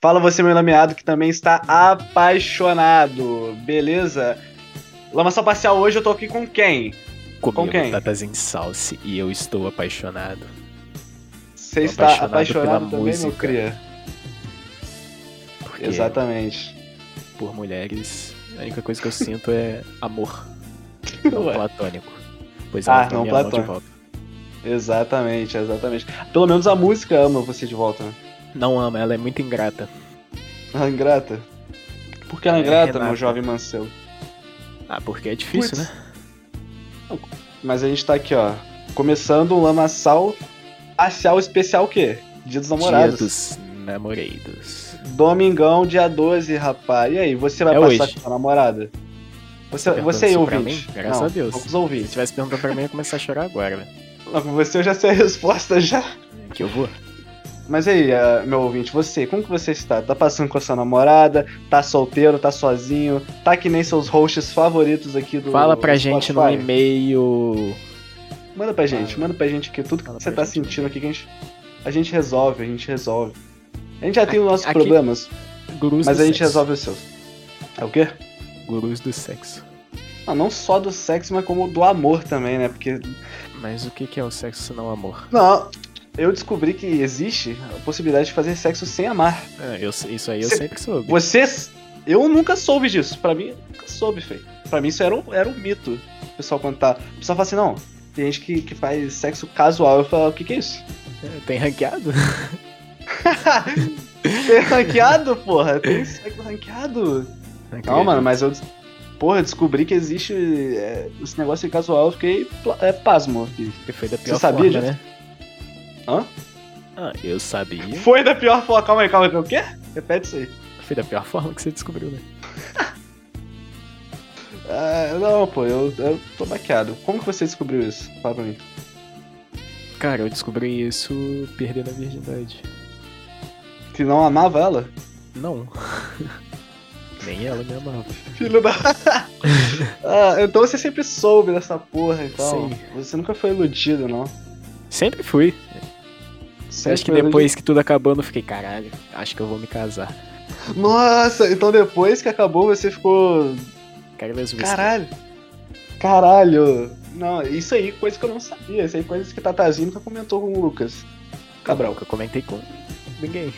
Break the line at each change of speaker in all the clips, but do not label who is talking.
Fala você, meu lameado, que também está apaixonado, beleza? Lamação Parcial hoje eu tô aqui com quem?
Comi
Com quem?
batatas em salse e eu estou apaixonado.
Você
Tô
está
apaixonado
apaixonado
pela
também, meu
música.
cria?
Porque
Exatamente.
por mulheres, a única coisa que eu sinto é amor. Não
Ué.
platônico. Pois
Ah,
ela tem
não
minha mão de
platônico.
volta.
Exatamente, exatamente. Pelo menos a música ama você de volta, né?
Não ama, ela é muito ingrata.
Ela é ingrata. Por que ela é
É,
ingrata, meu
Renata.
jovem Mancel?
Ah, porque é difícil,
Puts.
né?
Mas a gente tá aqui, ó. Começando um lamaçal racial especial o quê? Dia dos namorados.
Dia dos namoreidos.
Domingão, dia 12, rapaz. E aí, você vai
É
passar
hoje.
com sua namorada? Você,
Tá
você aí,
perguntando isso pra
ouvinte.
mim? Graças
Não,
a Deus.
Vamos
Se
ouvir.
tivesse perguntando pra mim, eu ia começar a chorar agora, velho.
Não, com você eu já sei a resposta já.
Que eu vou.
Mas aí, ah, meu ouvinte, você, como que você está? Tá passando com a sua namorada? Tá solteiro? Tá sozinho? Tá que nem seus hosts favoritos aqui do
Fala pra
do
gente no
Spotify?
e-mail.
Manda pra gente,
Fala.
manda pra gente aqui tudo que
Fala
você tá
pra gente.
sentindo aqui que a gente, a gente resolve, a gente resolve. A gente já tem os nossos
aqui-
problemas,
Gurus
mas
do
a gente
sexo.
resolve os seus. É o quê?
Gurus do sexo.
Não, Ah, não só do sexo, mas como do amor também, né? Porque.
Mas o que que é o sexo se não amor?
Não, eu descobri que existe a possibilidade de fazer sexo sem amar.
Ah, eu- isso aí eu
Cê-
sempre soube.
Vocês. Eu nunca soube disso. Pra mim, nunca soube, feio. Pra mim, isso era um, era um mito. O pessoal quando tá. O pessoal fala assim, não. Tem gente que, que faz sexo casual. Eu falo, o que, que é isso?
É, Tem ranqueado?
Tem ranqueado, porra? Tem sexo ranqueado?
Não
Não,
acredito.
mano, mas eu. des- Porra, eu descobri que existe é, esse negócio de casual, eu fiquei pla- é, pasmo. aqui.
Que foi da pior
sabia
forma,
disso?
né?
Hã?
Ah, eu sabia.
Foi da pior forma. Calma aí, calma aí. O quê? Repete isso aí.
Foi da pior forma que você descobriu, né?
Ah, não, pô, eu, eu tô maquiado. Como que você descobriu isso? Fala pra mim.
Cara, eu descobri isso perdendo a virgindade.
Que não amava ela?
Não. Nem ela me amava.
Filho da. ah, então você sempre soube dessa porra, então.
Sim.
Você nunca foi iludido, não.
Sempre fui.
Sempre
acho que
foi
depois que tudo acabando, eu fiquei, caralho, acho que eu vou me casar.
iludido. Nossa, então depois que acabou você ficou.
Quero ver os whisky.
Caralho! Caralho! Não, isso aí, coisa que eu não sabia. Isso aí, coisas que Tatazinho nunca comentou com o Lucas. Cabral.
Que eu comentei com ninguém.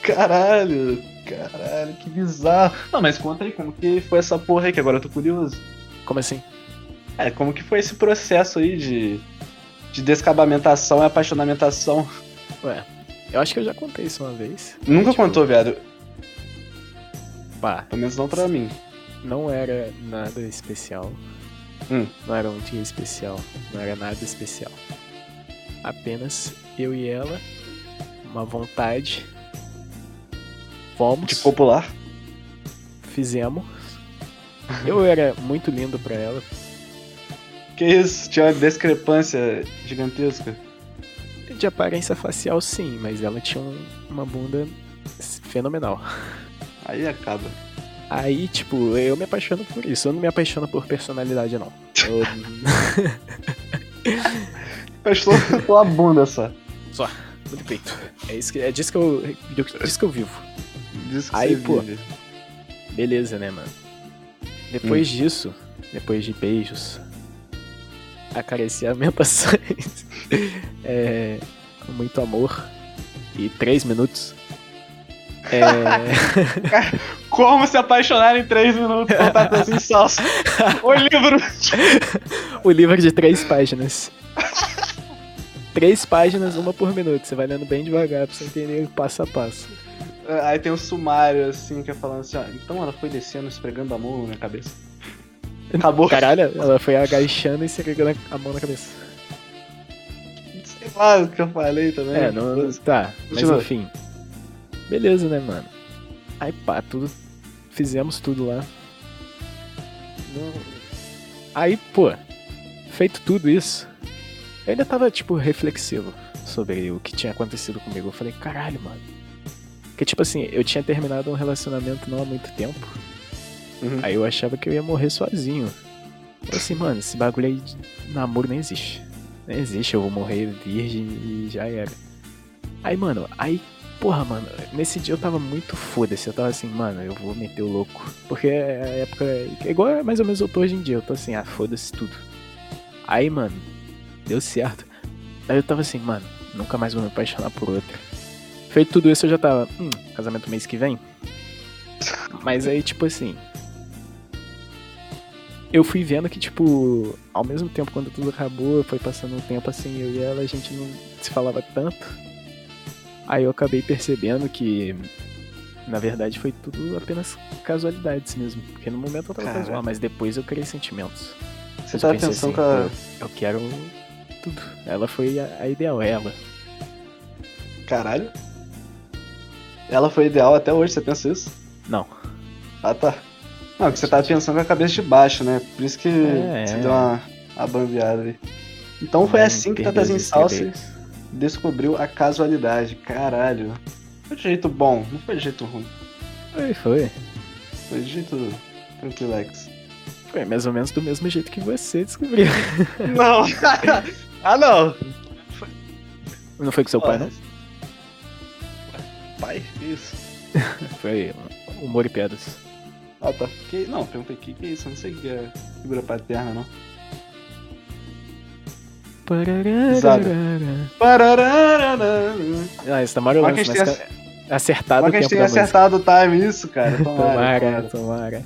Caralho! Caralho, que bizarro. Não, mas conta aí como que foi essa porra aí, que agora eu tô curioso.
Como assim?
É, como que foi esse processo aí de, de descabamentação e apaixonamentação?
Ué, eu acho que eu já contei isso uma vez.
Nunca
Tipo,
contou, viado.
Pá,
Pelo menos não pra mim.
não era nada especial.
Hum.
Não era um dia especial. Não era nada especial. Apenas eu e ela, uma vontade. Fomos.
De popular.
fizemos. Eu era muito lindo pra ela.
Que isso? Tinha uma discrepância gigantesca.
De aparência facial, sim, mas ela tinha um- uma bunda s- fenomenal.
Aí acaba.
Aí, tipo, eu me apaixono por isso. Eu não me apaixono por personalidade, não. Eu...
Eu estou com a bunda só.
Muito peito. É, isso que, é disso, que eu, disso que eu vivo.
Diz que
Aí,
você
pô.
vive.
Beleza, né, mano? Depois disso, depois de beijos, acariciamentações, é, muito amor e três minutos. É.
Como se apaixonar em 3 minutos com tatas em salsa. O livro.
O livro de três páginas. três páginas, uma por minuto. Você vai lendo bem devagar pra você entender o passo a passo.
Aí tem um sumário, assim, que é falando assim, ó. Então ela foi descendo, esfregando a mão na minha cabeça. Acabou.
Caralho, ela foi agachando e segregando a mão na cabeça.
Sei lá o que eu falei também.
É, não. não- Tá, mas
Continua.
enfim. Beleza, né, mano? Aí pá, tudo. Fizemos tudo lá. Não- Aí, pô, feito tudo isso, eu ainda tava, tipo, reflexivo sobre o que tinha acontecido comigo. Eu falei, caralho, mano. Porque, tipo assim, eu tinha terminado um relacionamento não há muito tempo.
Uhum.
Aí eu achava que eu ia morrer sozinho. Eu assim, mano, esse bagulho aí de namoro nem existe. Não existe, eu vou morrer virgem e já era. Aí, mano, aí Porra, mano, nesse dia eu tava muito foda-se. Eu tava assim, mano, eu vou meter o louco. Porque é a época. É igual é mais ou menos eu tô hoje em dia. Eu tô assim, ah, foda-se tudo. Aí, mano, deu certo. Aí eu tava assim, mano, nunca mais vou me apaixonar por outra. Feito tudo isso, eu já tava, hum, casamento mês que vem? Mas aí, tipo assim. Eu fui vendo que, tipo, ao mesmo tempo quando tudo acabou, foi passando um tempo assim, eu e ela, a gente não se falava tanto. Aí eu acabei percebendo que, na verdade, foi tudo apenas casualidades mesmo. Porque no momento eu tava
Cara.
casual, mas depois eu criei sentimentos.
Você
Eu
tá
pensei
pensando
assim,
que a.
Eu quero tudo. Ela foi a, a ideal, ela.
Caralho. Ela foi ideal até hoje, você pensa isso?
Não.
Ah, tá. Não, que você tava pensando com a cabeça de baixo, né? Por isso que
É,
você
é.
deu uma, uma bambeada ali. Então foi assim que
Perdeu
Tatazinho
os
Salsi
segredos.
descobriu a casualidade. Caralho. Foi de jeito bom, não foi de jeito ruim.
Foi, foi.
Foi de jeito tranquilex.
Foi mais ou menos do mesmo jeito que você descobriu.
Não! ah, não!
Não foi com seu pai, não?
Pai? Isso.
Foi um humor e piadas.
Ah, tá. Que... Não, perguntei que que é isso, eu não sei o que é figura paterna, não. Exato. Parararararara.
Ah, isso tá marolando,
Tomara que a
mas
gente tenha-
tá acertado
Só
o
que a gente
tempo
tenha
da música.
acertado o time, isso, cara. Tomara,
Tomara,
tomara.
tomara.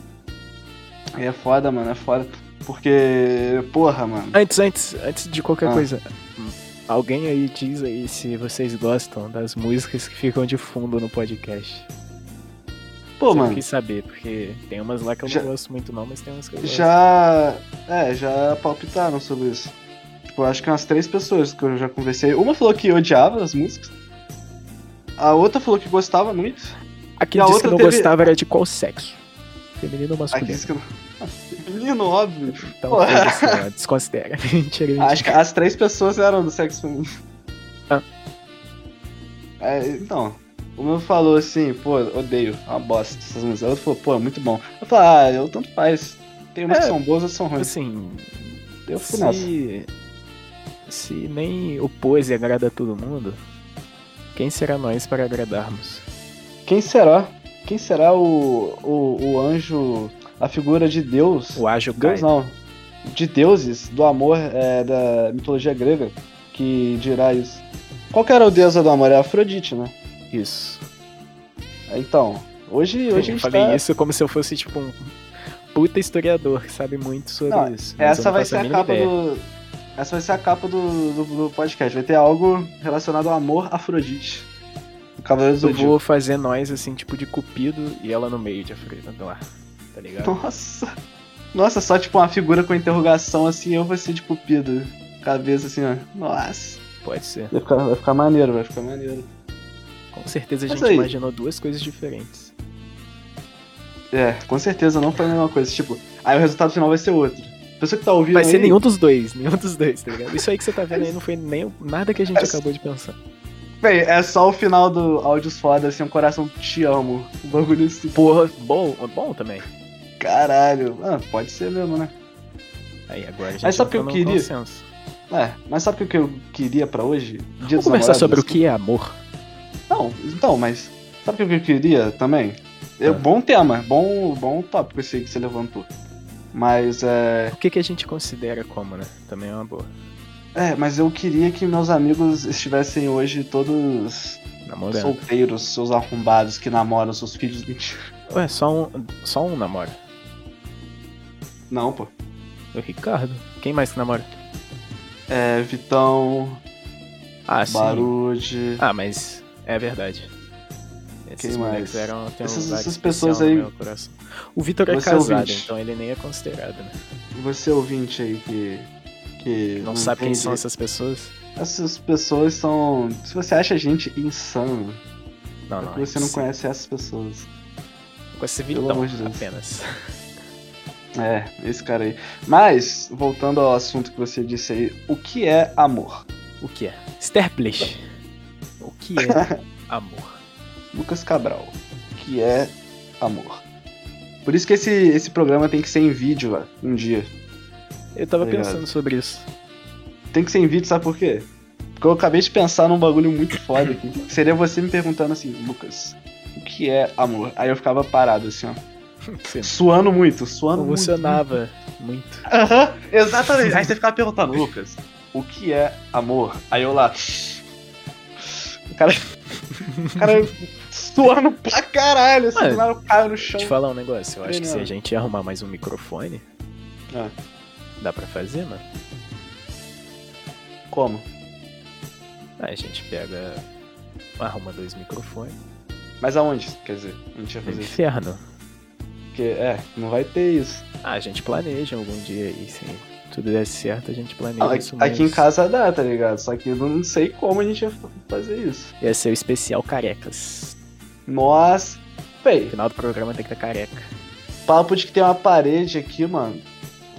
E é foda, mano, é foda. Porque, porra, mano.
Antes, antes, antes de qualquer
Ah.
coisa, alguém aí diz aí se vocês gostam das músicas que ficam de fundo no podcast.
Pô,
Isso Eu
mano,
quis saber, porque tem umas lá que eu
Já-
não gosto muito não, mas tem umas que eu
né?
gosto.
já. É, já palpitaram sobre isso. Tipo, acho que umas três pessoas que eu já conversei. Uma falou que odiava as músicas. A outra falou que gostava muito.
A que
E a
disse que
outra
não
teve-
gostava era de qual sexo? Feminino ou
A que
masculino?
disse que não. Menino, óbvio.
Então,
Porra.
foda-se, ó, desconsidera. Mentira, mentira.
Acho que as três pessoas eram do sexo feminino.
Ah.
É, então, uma falou assim, pô, odeio, é uma bosta essas músicas. A outra falou, pô, é muito bom. Eu falei, ah, eu tanto faz. Tem umas
É.
que são boas, outras são ruins.
Assim,
Eu fui nessa.
se... se nem o pose agrada a todo mundo, quem será nós para agradarmos?
Quem será? Quem será o, o, o anjo, a figura de Deus?
O ágil
Deus
cai.
não. De deuses, do amor é, da mitologia grega, que dirá isso. Qual que era o deusa do amor? É Afrodite, né?
Isso.
Então, hoje, hoje a
eu
gente
falei
tá...
isso como se eu fosse tipo um puta historiador que sabe muito sobre
Não,
isso. mas eu
Essa
não
vai
faço
ser a
mínima
capa
ideia.
do. Essa vai ser a capa do, do, do podcast. Vai ter algo relacionado ao amor Afrodite. O Cavaleiro do
Eu
Zodíaco.
vou fazer nós assim, tipo de cupido e ela no meio de Afrodite do ar. Tá ligado?
Então. Nossa! Nossa, só tipo uma figura com interrogação assim, eu vou ser de cupido. Cabeça assim, ó. Nossa.
Pode ser.
Vai ficar, vai ficar maneiro, vai ficar maneiro.
Com certeza a
Mas
gente
aí-
imaginou duas coisas diferentes.
É, com certeza não foi a mesma coisa. Tipo, aí o resultado final vai ser outro. A pessoa que tá ouvindo.
Vai ser
aí,
nenhum dos dois, nenhum dos dois, tá ligado? Isso aí que você tá vendo aí não foi nem o- nada que a gente
Mas-
acabou de pensar.
Véi, é só o final do áudios foda, assim, um coração te amo. Um bagulho assim.
Porra, bom, bom também.
Caralho. Ah, pode ser mesmo, né?
Aí agora a gente
Mas sabe o que
entra
eu
num
queria?
consenso.
É, mas sabe o que eu queria pra hoje? Dia
Vamos
dos
conversar
namorados,
sobre o
assim.
que é amor.
Não, então, mas sabe o que eu queria também? É.
Ah.
Bom tema, bom, bom tópico esse aí que você levantou. Mas é,
O que, que a gente considera como, né? Também é uma boa.
é, mas eu queria que meus amigos estivessem hoje todos
Namorando.
solteiros, seus arrombados que namoram seus filhos. Mentira.
Ué, só um, só um namora.
Não, pô.
O Ricardo. Quem mais que namora?
É, Vitão,
Ah, sim.
Barude.
Ah, mas é verdade. Esses
Quem mais?
moleques eram tem um
Essas-
lugar
essas
especial
pessoas
no
aí-
meu coração. O Vitor é
Você é
casado,
ouvinte.
então ele nem é considerado, né?
Você ouvinte aí que. que
Não sabe quem
entende.
são essas pessoas?
Essas pessoas são. Se você acha a gente insano,
Não,
é
não.
porque você não
sim.
conhece essas pessoas.
Com esse
Pelo
Vitão,
amor de Deus.
apenas.
É, esse cara aí. Mas, voltando ao assunto que você disse aí, o que é amor?
O que é? Sterblish. O que é amor?
Lucas Cabral, o que é amor? Por isso que esse, esse programa tem que ser em vídeo, lá, um dia.
Eu tava
Obrigado.
pensando sobre isso.
Tem que ser em vídeo, sabe por quê? Porque eu acabei de pensar num bagulho muito foda aqui. Seria você me perguntando assim, Lucas, o que é amor? Aí eu ficava parado assim, ó.
Você
Suando muito, né? Ah, suando muito.
convulsionava muito.
Aham, exatamente. Aí você ficava perguntando, Lucas, o que é amor? Aí eu lá. O cara. O cara suando pra caralho, assim,
Mano,
do nada eu caio no chão.
Te falar um negócio, eu acho que se
Genial.
a gente arrumar mais um microfone,
Ah.
dá pra fazer, mano.
Como?
Aí Ah, a gente pega. Arruma dois microfones.
Mas aonde? Quer dizer, a gente ia
No
fazer isso.
inferno.
Porque, é, não vai ter isso.
Ah, a gente planeja algum dia aí, se tudo der certo, a gente planeja
Não, aqui,
isso mas
aqui em casa dá, tá ligado? Só que eu não sei como a gente ia fazer isso.
Ia ser o especial carecas.
Nossa.
No
Véi,
final do programa tem que estar careca.
papo de que tem uma parede aqui, mano.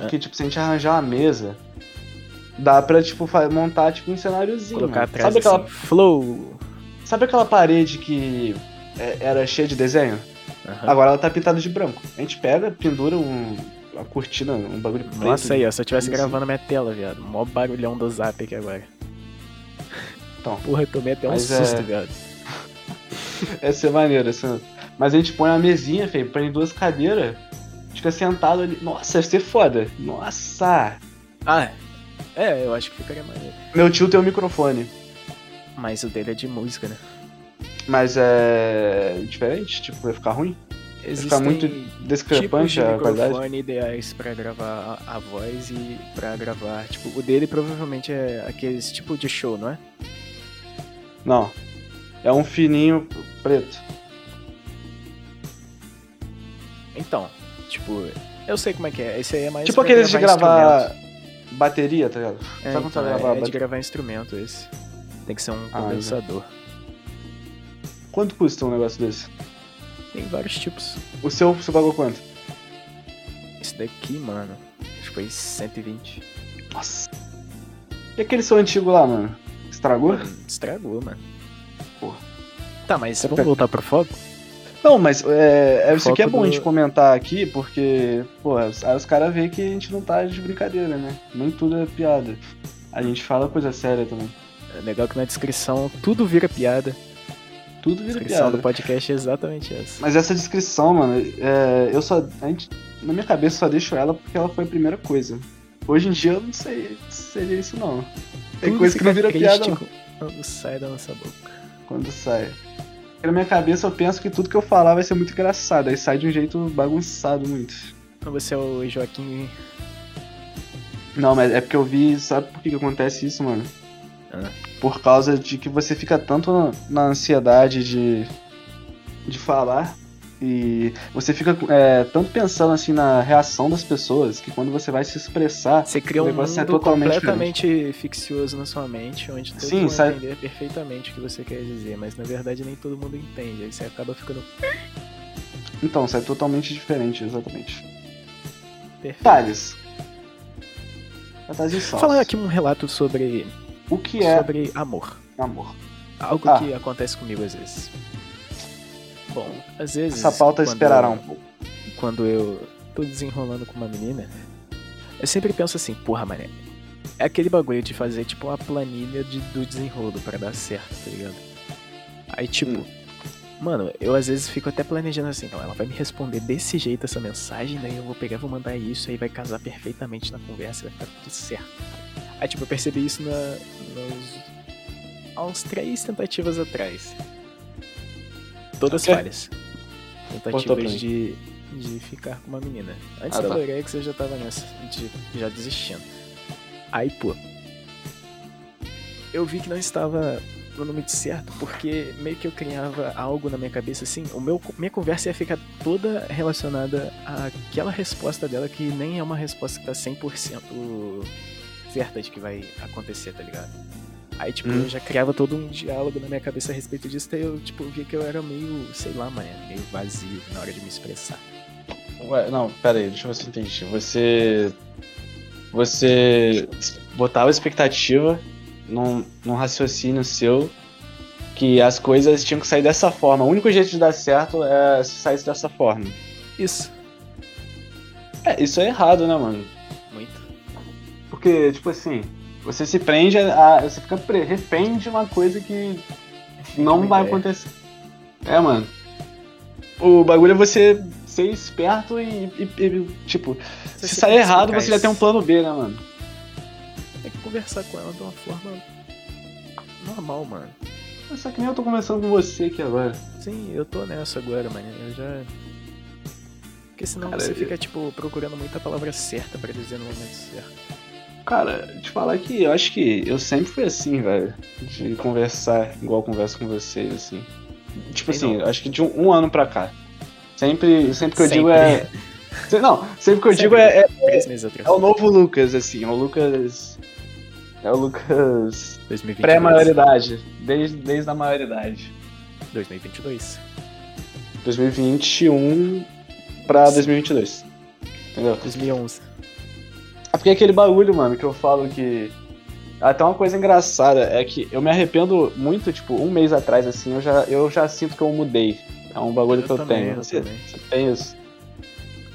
É.
Que, tipo, se a gente arranjar uma mesa, dá pra, tipo, fa- montar, tipo, um cenáriozinho.
Colocar
mano.
atrás
Sabe,
assim,
aquela,
flow.
sabe aquela parede que é, era cheia de desenho?
Aham.
Agora ela tá pintada de branco. A gente pega, pendura um, uma cortina, um bagulho preto.
Nossa aí, ó, se eu tivesse
Isso.
gravando a minha tela, viado. Mó barulhão do zap aqui agora.
Então.
Porra, eu tomei até um
Mas é-
susto, viado.
Ia ser maneiro, assim. Mas a gente põe uma mesinha, feio, põe duas cadeiras, fica sentado ali. Nossa, ia ser foda. Nossa!
Ah, é, eu acho que ficaria maneiro.
Meu tio tem um microfone,
Mas o dele é de música, né?
mas é. diferente, tipo, vai ficar ruim.
Existem
ficar muito
tipos
Discrepante
Tipo de
a qualidade.
microfone ideais pra gravar a, a voz e pra gravar. Tipo, o dele provavelmente é aqueles tipo de show, não é?
Não. É um fininho preto.
Então, tipo, eu sei como é que é. Esse aí é mais.
tipo
pra
aqueles de gravar
instrumento.
bateria, tá ligado?
É,
Sabe quando
então,
você
é,
grava a
é de
bateria?
gravar instrumento esse. Tem que ser um
Ah,
condensador.
Quanto custa um negócio desse?
Tem vários tipos.
O seu, você pagou quanto?
Esse daqui, mano, acho que foi 120.
Nossa. E aquele seu antigo lá, mano? Estragou?
Mano, estragou, mano.
Porra.
Tá, mas vamos
Tá.
voltar pro foco?
Não, mas é, é, isso
Foco
aqui é bom a gente
do-
comentar aqui, porque, pô, os- aí os caras veem que a gente não tá de brincadeira, né? Nem tudo é piada. A gente fala coisa séria também.
É legal que na descrição tudo vira piada.
Tudo
A
vira
descrição
piada.
do podcast é exatamente essa.
Mas essa descrição, mano, é, eu só. A gente, na minha cabeça eu só deixo ela porque ela foi a primeira coisa. Hoje em dia eu não sei se seria isso não. Tem
Tudo
coisa É que
fica
não vira piada não,
crístico Quando sai da nossa boca.
quando sai. Porque Na minha cabeça eu penso que tudo que eu falar vai ser muito engraçado, aí sai de um jeito bagunçado muito.
Então Você é o Joaquim.
Não, mas é porque eu vi, sabe por que, que acontece isso, mano?
Ah.
Por causa de que você fica tanto na, na ansiedade de, de falar e você fica é, tanto pensando assim na reação das pessoas que quando você vai se expressar,
Você cria
O
um
negócio é
mundo
totalmente
completamente ficcioso na sua mente, onde todo
Sim,
mundo
sai-
entender perfeitamente o que você quer dizer, mas na verdade nem todo mundo entende. Aí você acaba ficando
então sai totalmente diferente, exatamente.
perfeito.
Thales. Thales e
Vou
Salles.
falar aqui um relato sobre,
O que é
sobre amor.
amor?
Algo
Ah.
que acontece comigo às vezes. Bom, às vezes.
Essa pauta
quando-
esperará um pouco.
Quando eu tô desenrolando com uma menina, eu sempre penso assim, porra, mané. É aquele bagulho de fazer tipo uma planilha de- do desenrolo pra dar certo, tá ligado? Aí tipo.
Hum.
Mano, eu às vezes fico até planejando assim, não, ela vai me responder desse jeito essa mensagem, daí eu vou pegar, vou mandar isso, aí vai casar perfeitamente na conversa, vai ficar tudo certo. Aí tipo, eu percebi isso na, nos, há uns três tentativas atrás. Todas
Ok.
falhas.
Contou pra
Tentativas
mim.
de, de ficar com uma menina. Antes
Ah,
da
tá.
Lorex eu já tava nessa, de, já desistindo. Aí, pô. Eu vi que não estava no limite certo, porque meio que eu criava algo na minha cabeça assim, o meu, minha conversa ia ficar toda relacionada àquela resposta dela que nem é uma resposta que tá 100% certa de que vai acontecer, tá ligado? Aí, tipo,
Hum.
eu já criava todo um diálogo na minha cabeça a respeito disso, daí eu, tipo, via que eu era meio, sei lá, mano, meio vazio na hora de me expressar.
Ué, não, pera aí, deixa eu ver se eu entendi. Você. Você botava expectativa num, num raciocínio seu que as coisas tinham que sair dessa forma. O único jeito de dar certo é se saísse dessa forma.
Isso.
É, isso é errado, né, mano?
Muito.
Porque, tipo assim, Você se prende a. a- você fica pre- refém de uma coisa que não
Uma
vai
ideia.
acontecer. É, mano. O bagulho é você ser esperto e, e- e, tipo,
Você
se
tem
sair
que
errado,
explicar
você já
isso.
tem um plano B, né, mano?
Tem que conversar com ela de uma forma normal, mano.
Só que nem eu tô conversando com você aqui agora.
Sim, eu tô nessa agora, mano. Eu já. Porque senão
Cara,
você
eu-
fica, tipo, procurando muita palavra certa pra dizer no momento certo.
Cara, te falar que eu acho que eu sempre fui assim, velho. De conversar igual eu converso com vocês, assim. Tipo
Sei
assim,
não.
eu acho que de um, um ano pra cá. Sempre, sempre que eu digo é. se- Não, sempre que eu
Sempre.
digo é, é,
Três meses atrás.
é o novo Lucas, assim. É o Lucas. É o Lucas.
2022.
Pré-maioridade. Desde, desde a maioridade.
2022.
2021 pra 2022. Entendeu?
2011.
É porque é aquele bagulho, mano, que eu falo que. Até uma coisa engraçada é que eu me arrependo muito, tipo, um mês atrás, assim, eu já, eu já sinto que eu mudei. É um bagulho
Eu
que eu
também,
tenho.
eu
você,
também.
você tem isso?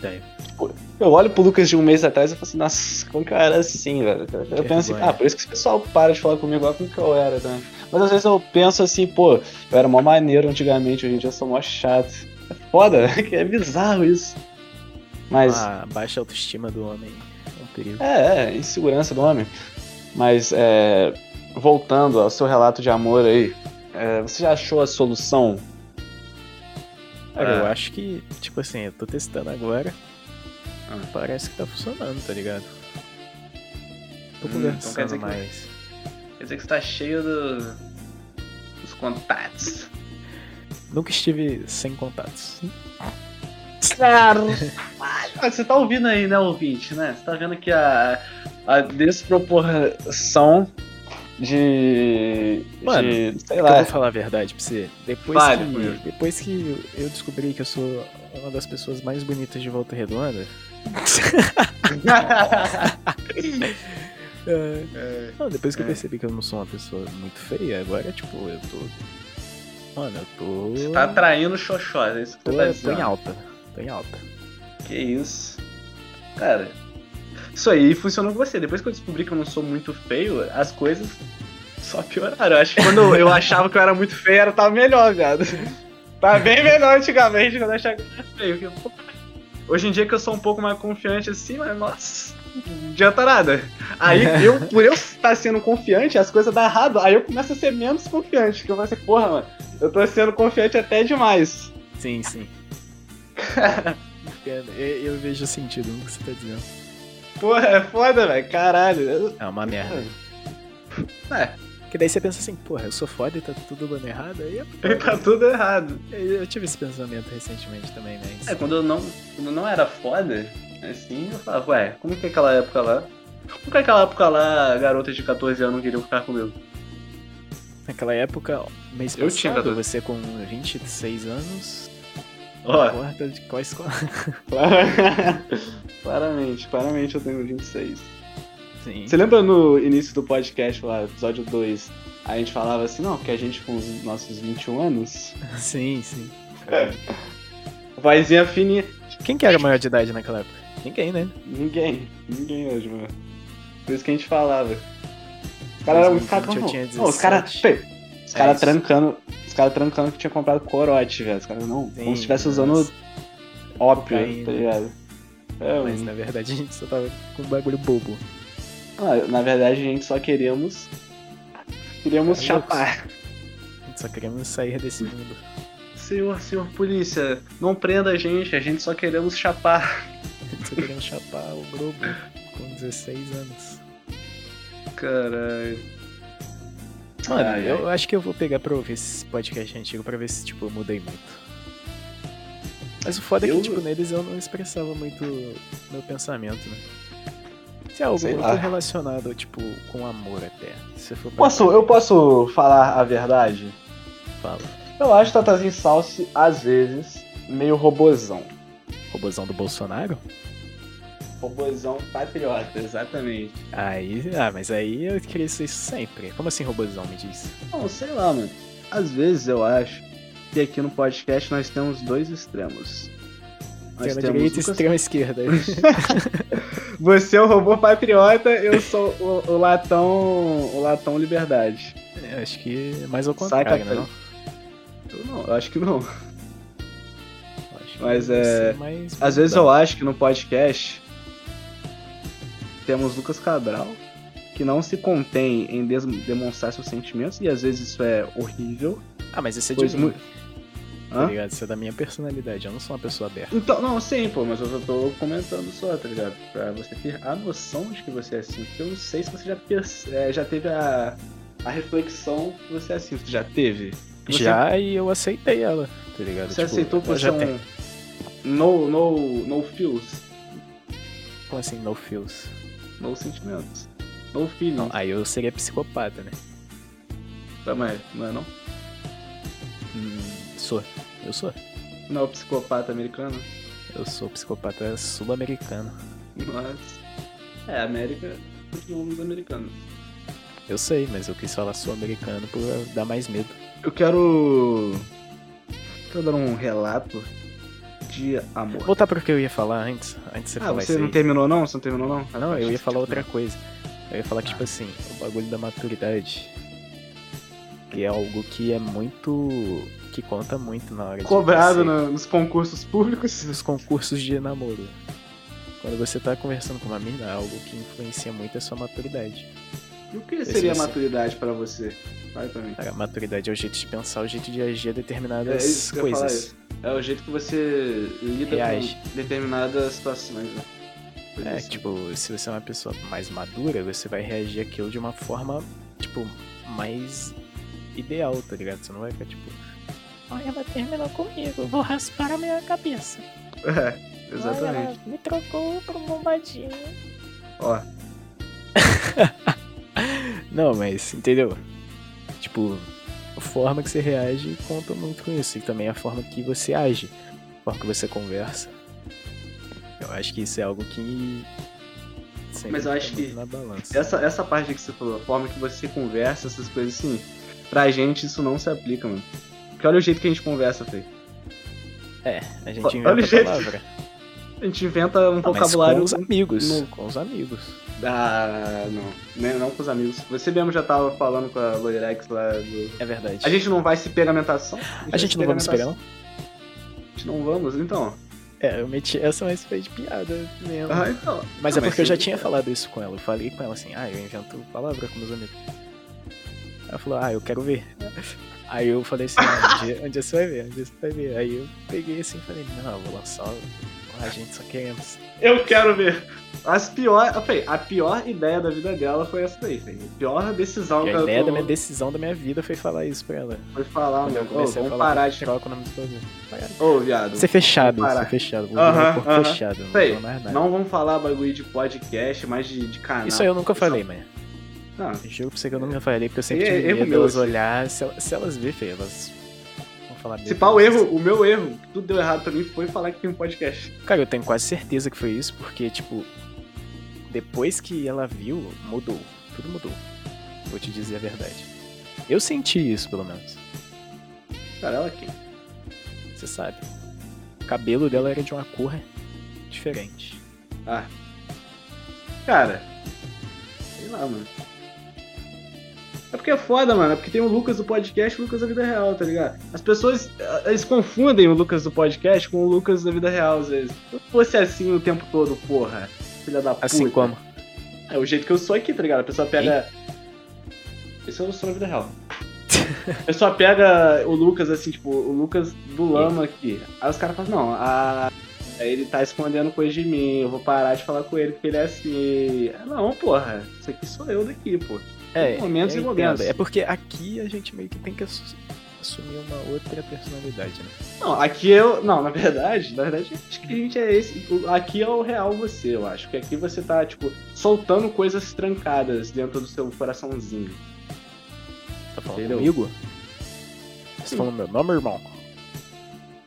Tenho.
Tipo, eu olho pro Lucas de um mês atrás e falo assim, nossa, como que eu era assim, velho? Eu
Que
penso assim,
vergonha.
ah, por isso que esse pessoal para de falar comigo, olha como que eu era, né? Mas às vezes eu penso assim, pô, eu era mó maneiro antigamente, hoje em dia eu sou mó chato. É foda, que é bizarro isso. Mas.
A Ah, baixa autoestima do homem é um perigo.
É, é, insegurança do homem. Mas, é, voltando ao seu relato de amor aí, é, você já achou a solução?
Cara, eu
Ah.
acho que, tipo assim, eu tô testando agora.
Ah.
Parece que tá funcionando, tá ligado? Tô
Hum, então quer
conversando
dizer que-
mais.
Quer dizer que você tá cheio dos contatos.
Nunca estive sem contatos.
Claro! você tá ouvindo aí, né, ouvinte, né? Você tá vendo que a, a desproporção de.
Mano,
de- sei
Eu
lá.
vou falar a verdade pra você. Depois,
Fale, Will.
que, depois que eu descobri que eu sou uma das pessoas mais bonitas de Volta Redonda. é, não, depois que eu
É.
percebi que eu não sou uma pessoa muito feia, agora, tipo, eu tô. Mano, eu tô.
tá atraindo xoxós, é isso que
tô, tô em alta. Tô em alta.
Que isso. Cara, isso aí funcionou com você. Depois que eu descobri que eu não sou muito feio, as coisas só pioraram. Eu acho que quando eu- eu achava que eu era muito feio, era, tava melhor, viado. Tava bem melhor antigamente quando eu achava que eu era feio. que, pô, Hoje em dia que eu sou um pouco mais confiante assim, mas nossa, não adianta nada. Aí eu, por eu estar sendo confiante, as coisas dão errado, aí eu começo a ser menos confiante. Que eu falo assim, porra, mano, eu tô sendo confiante até demais.
Sim, sim. Entendo. eu, eu vejo sentido no que você tá dizendo.
Porra, é foda, velho. Caralho. Eu-
É uma merda.
É,
Porque daí você pensa assim, porra, eu sou foda e tá tudo dando errado. Aí é
e tá
foda.
tudo errado.
Eu eu tive esse pensamento recentemente também, né? mas.
É, quando eu não, quando eu não era foda, assim, eu falava, ué, como que aquela época lá. Como que é aquela época lá, a garota de 14 anos não queria ficar comigo?
Naquela época, mês
Eu
passado,
tinha dado-
você com 26 anos,
Ó.
porta de qual escola?
claramente, claramente eu tenho 26.
Sim.
Você lembra no início do podcast lá, episódio 2, a gente falava assim, não, que a gente com os nossos 21 anos.
Sim, sim.
É. Vozinha fininha.
Quem que era maior de idade naquela época? Ninguém, né?
Ninguém, ninguém hoje, mano. Por isso que a gente falava. Os caras eram muito
2020
cagão.
eu tinha
não. Não, Os caras.
17.
peraí, Os
É
caras
isso.
trancando. Os caras trancando que tinha comprado corote, velho. Os caras não.
Sim,
como se estivesse
mas-
usando ópio,
Cocaína.
tá ligado? É,
Mas
mano.
na verdade a gente só tava com um bagulho bobo.
Ah, Na verdade, a gente só queríamos. Queríamos
Tá louco.
chapar.
A gente só queríamos sair desse mundo.
Senhor, senhor, polícia, não prenda a gente, a gente só queremos chapar.
A gente só queríamos chapar o Globo com 16 anos.
Caralho.
Mano,
Ai,
eu acho que eu vou pegar pra ouvir esse podcast antigo pra ver se, tipo, eu mudei muito. Mas o foda é
Eu-
que, tipo, neles eu não expressava muito meu pensamento, né? Se é algo
Sei
muito
lá.
relacionado, tipo, com amor até. Se for pra
Posso, eu posso falar a verdade?
Fala.
Eu acho Tatazinho Salsi, às vezes, meio robozão.
Robozão um do Bolsonaro?
Robozão patriota, exatamente.
Aí. Ah, mas aí eu queria ser isso sempre. Como assim robozão, me diz?
Não, sei lá, mano. Às vezes eu acho que aqui no podcast nós temos dois extremos. Nós
Extrema
temos
direita e
Lucas-
extrema esquerda.
Você é o robô patriota, eu sou o, o latão. O latão liberdade.
É, acho que é mais ao
Sai,
contrário, né?
Catarina.
não?
Eu não, eu acho que não.
Acho que
Mas,
deve
é,
ser mais
Às vezes
mudado.
eu acho que no podcast temos Lucas Cabral, que não se contém em des- demonstrar seus sentimentos, e às vezes isso é horrível.
Ah, mas esse é
Pois
de mim,
mu-
tá
Hã?
ligado? Isso é da minha personalidade, eu não sou uma pessoa aberta.
Então, não, sim, pô, mas eu só tô comentando só, tá ligado? Pra você ter a noção de que você é assim. Porque eu não sei se você já, perce- eh, já teve a, a reflexão que você é assim. Você já teve? Você-
Já e eu aceitei ela, tá ligado?
Você
Tipo,
aceitou que
ela
você
já
é um. No, no, no feels. um-
Como assim, no feels?
No sentimentos. No feelings.
Não, aí eu seria psicopata, né?
Tá, mas não é não?
Hum, sou. Eu sou.
Não é o psicopata americano?
Eu sou psicopata sul-americano.
Nossa. É, América continuamos americanos.
Eu sei, mas eu quis falar sul-americano por dar mais medo.
Eu quero. Quero dar um relato de amor.
Voltar pro que eu ia falar antes, antes de você
ah,
falar
você
isso
não
aí.
terminou não? Você não terminou não?
Ah, Não, eu ia falar outra coisa. Eu ia falar que,
Ah.
tipo assim, o bagulho da maturidade, que é algo que é muito... que conta muito na hora de
Cobrado né?
você-
na- nos concursos públicos.
nos concursos de namoro. Quando você tá conversando com uma mina, é algo que influencia muito a sua maturidade.
E o que
Esse
seria
vai ser.
maturidade pra você? Vai pra mim.
A maturidade é o jeito de pensar, o jeito de agir a
É
determinadas
isso que eu ia falar
coisas.
isso. É o jeito que você lida
Reage.
com determinadas situações, né? Coisa
É,
assim.
tipo, se você é uma pessoa mais madura, você vai reagir àquilo de uma forma, tipo, mais ideal, tá ligado? Você não vai ficar, tipo, olha, ela terminou comigo, eu vou raspar a minha cabeça.
É,
Olha,
exatamente.
ela me trocou por um bombadinho.
Ó,
Não, mas, entendeu? Tipo, a forma que você reage conta muito com isso, e também a forma que você age, a forma que você conversa. Eu acho que isso é algo que. sempre
Mas eu
tá
acho
muito
que
Na balança.
essa, essa parte que você falou, a forma que você conversa, essas coisas assim, pra gente isso não se aplica, mano. Porque olha o jeito que a gente conversa, Fê.
É, A
Olha
gente
o
inventa a
jeito.
palavra.
A gente inventa um
Ah, mas
vocabulário.
com os amigos.
no-
Com os amigos.
Ah, não. Né, Não com os amigos. Você mesmo já tava falando com a Loirex lá do.
É verdade.
A gente não vai se pegamentação?
A gente não
vai
vamos
se
esperar, não?
A gente não vamos, então.
É, eu meti essa, mas foi de piada mesmo.
Ah, então.
Mas
Ah,
é porque eu já
você-
tinha falado isso com ela. Eu falei com ela assim, ah, eu invento palavra com meus amigos. Ela falou, ah, eu quero ver. Aí eu falei assim, ah, um, dia, um dia você vai ver, um dia você vai ver. Aí eu peguei assim e falei, não, eu vou lançar o- a gente só queremos.
Eu quero ver. As pior, ah, Fê, a pior ideia da vida dela foi essa daí, Fê. A pior decisão que
E a
ela
ideia da
tomou
minha decisão da minha vida foi falar isso pra ela.
foi falar,
Quando
meu.
eu
Ô,
comecei
vamos
a falar,
parar
eu
de.
troca o nome do bagulho.
Ô, viado.
Ser fechado,
Vamos
ser
parar.
fechado. Vou
Aham,
virar corpo
aham.
fechado, não
Sei,
vou falar mais nada.
Não vamos falar bagulho de podcast, mais de, de canal. é
Né?
um-
Isso aí eu nunca falei, mano.
Não,
Juro pra você que eu nunca falei, porque eu sempre
É,
tive
erro
medo
meu,
delas
assim.
olhar. Se, ela- se elas verem, feio, elas vão falar
Se
mesmo.
pá, o erro, o meu erro, que tudo deu errado pra mim foi falar que tem um podcast.
Cara, eu tenho quase certeza que foi isso, porque, tipo, depois que ela viu, mudou. Tudo mudou. Vou te dizer a verdade. Eu senti isso, pelo menos.
Cara, ela quem?
Você sabe. O cabelo dela era de uma cor diferente.
Ah. Cara. Sei lá, mano. É porque é foda, mano. É porque tem o Lucas do podcast e o Lucas da vida real, tá ligado? As pessoas, eh, eles confundem o Lucas do podcast com o Lucas da vida real, às vezes. Se eu fosse assim o tempo todo, porra. Filha da puta.
Assim como.
É o jeito que eu sou aqui, tá ligado? A pessoa pega. Esse eu sou na vida real. A pessoa pega o Lucas, assim, tipo, o Lucas do Lama aqui. Aí os caras falam, não, a... ele tá escondendo coisa de mim, eu vou parar de falar com ele porque ele é assim. Ah, não, porra, isso aqui sou eu daqui, pô.
É,
Momentos
eu
e momentos.
entendo. É porque aqui a gente meio que tem que assu- assumir uma outra personalidade, né?
Não, aqui eu. Não, na verdade, na verdade, acho que a gente é esse. o- Aqui é o real você, eu acho. Porque aqui você tá, tipo, soltando coisas trancadas dentro do seu coraçãozinho.
Tá falando
Entendeu?
comigo? Você
Sim.
tá falando meu nome, irmão?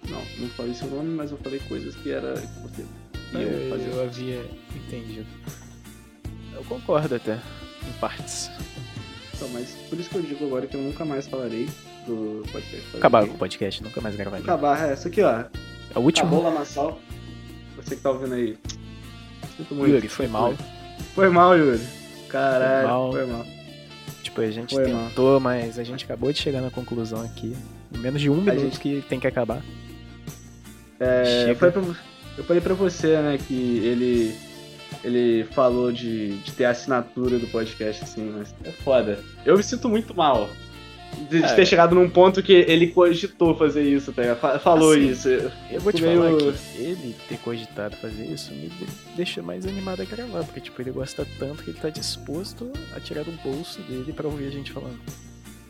Não, não falei seu nome, mas eu falei coisas que era que você
É,
ia fazer.
havia entendido. Eu concordo até, em partes.
Então, mas por isso que eu digo agora que eu nunca mais falarei do podcast.
Acabar com o podcast, nunca mais gravarei.
Acabar, é, isso aqui, ó.
É o último.
Acabou o Lamaçal. Você que tá ouvindo aí. Sinto muito.
Yuri, foi mal.
Foi mal, Yuri. Caralho,
mal.
foi mal.
Tipo, a gente
Foi mal.
tentou, mas a gente acabou de chegar na conclusão aqui. Em menos de um
A
minuto
gente-
que tem que acabar.
É, eu,
Chega.
falei pra, vo- eu falei pra você, né, que ele, ele falou de, de ter a assinatura do podcast, assim, mas é foda. Eu me sinto muito mal de, de
É.
ter chegado num ponto que ele cogitou fazer isso, tá ligado? Fa- Falou
Assim,
isso.
Eu vou te
Meio-
falar que ele ter cogitado fazer isso me de- deixa mais animado a gravar, porque tipo, ele gosta tanto que ele tá disposto a tirar do bolso dele pra ouvir a gente falando.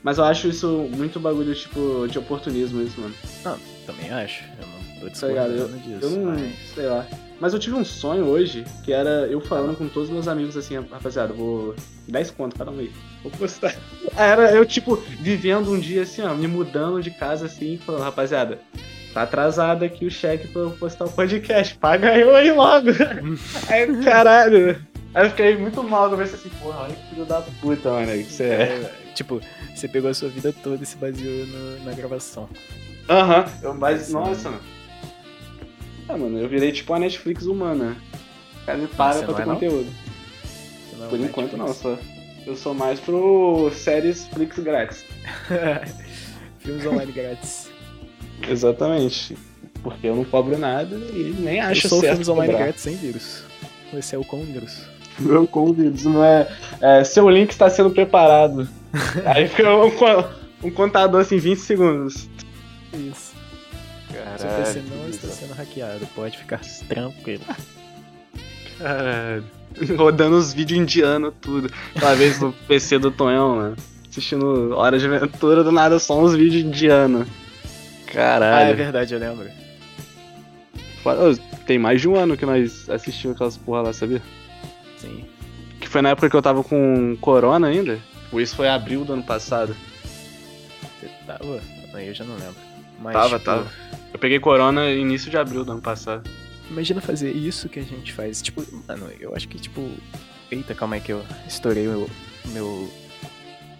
Mas eu acho isso muito bagulho, tipo, de oportunismo, isso, mano.
Não, também acho. Eu não tô
Tá ligado?
discordando disso.
Eu não.
mas-
Sei lá. Mas eu tive um sonho hoje que era eu falando com todos os meus amigos assim, rapaziada, vou. 10 conto cada um aí. Vou postar. Era eu, tipo, vivendo um dia assim, ó, me mudando de casa assim, falando, rapaziada, tá atrasado aqui o cheque pra eu postar o podcast, paga eu aí logo. aí, caralho. Aí eu fiquei muito mal, eu pensei assim, porra, olha que filho da puta, mano, que você é.
É, Tipo, você pegou a sua vida toda e se baseou no- na gravação.
Aham. Eu Mas,
Sim.
nossa, mano. Ah, mano, eu virei tipo a Netflix humana. O cara me paga
Você
pra
não
ter
é, não?
conteúdo.
Você não
Por
é o
enquanto não,
Netflix.
só. Eu sou mais pro séries Flix grátis.
Filmes online grátis.
Exatamente. Porque eu não cobro nada e nem acho
eu sou
certo
filmes online
cobrar.
grátis sem vírus. Esse é o com vírus.
Meu convite, não é, é, Seu link está sendo preparado. Aí fica um, co- um contador assim, 20 segundos.
Isso.
Caralho,
Seu PC não está sendo hackeado, pode ficar tranquilo.
Caralho. Rodando os vídeos indianos, tudo. Uma vez no PC do Tonhão, mano. Assistindo Hora de Aventura, do nada só uns vídeos indianos.
Ah, é
Caralho.
verdade, eu lembro.
Fala- Ô, Tem mais de um ano que nós assistimos aquelas porra lá, sabia?
Sim.
Que foi na época que eu tava com corona ainda. Tipo, isso foi abril do ano passado.
Você tava? Aí eu já não lembro. Mas,
Tava,
tipo,
tava. Eu peguei corona início de abril do ano passado.
Imagina fazer isso que a gente faz. Tipo, mano, eu acho que, tipo. Eita, calma aí que eu estourei o meu.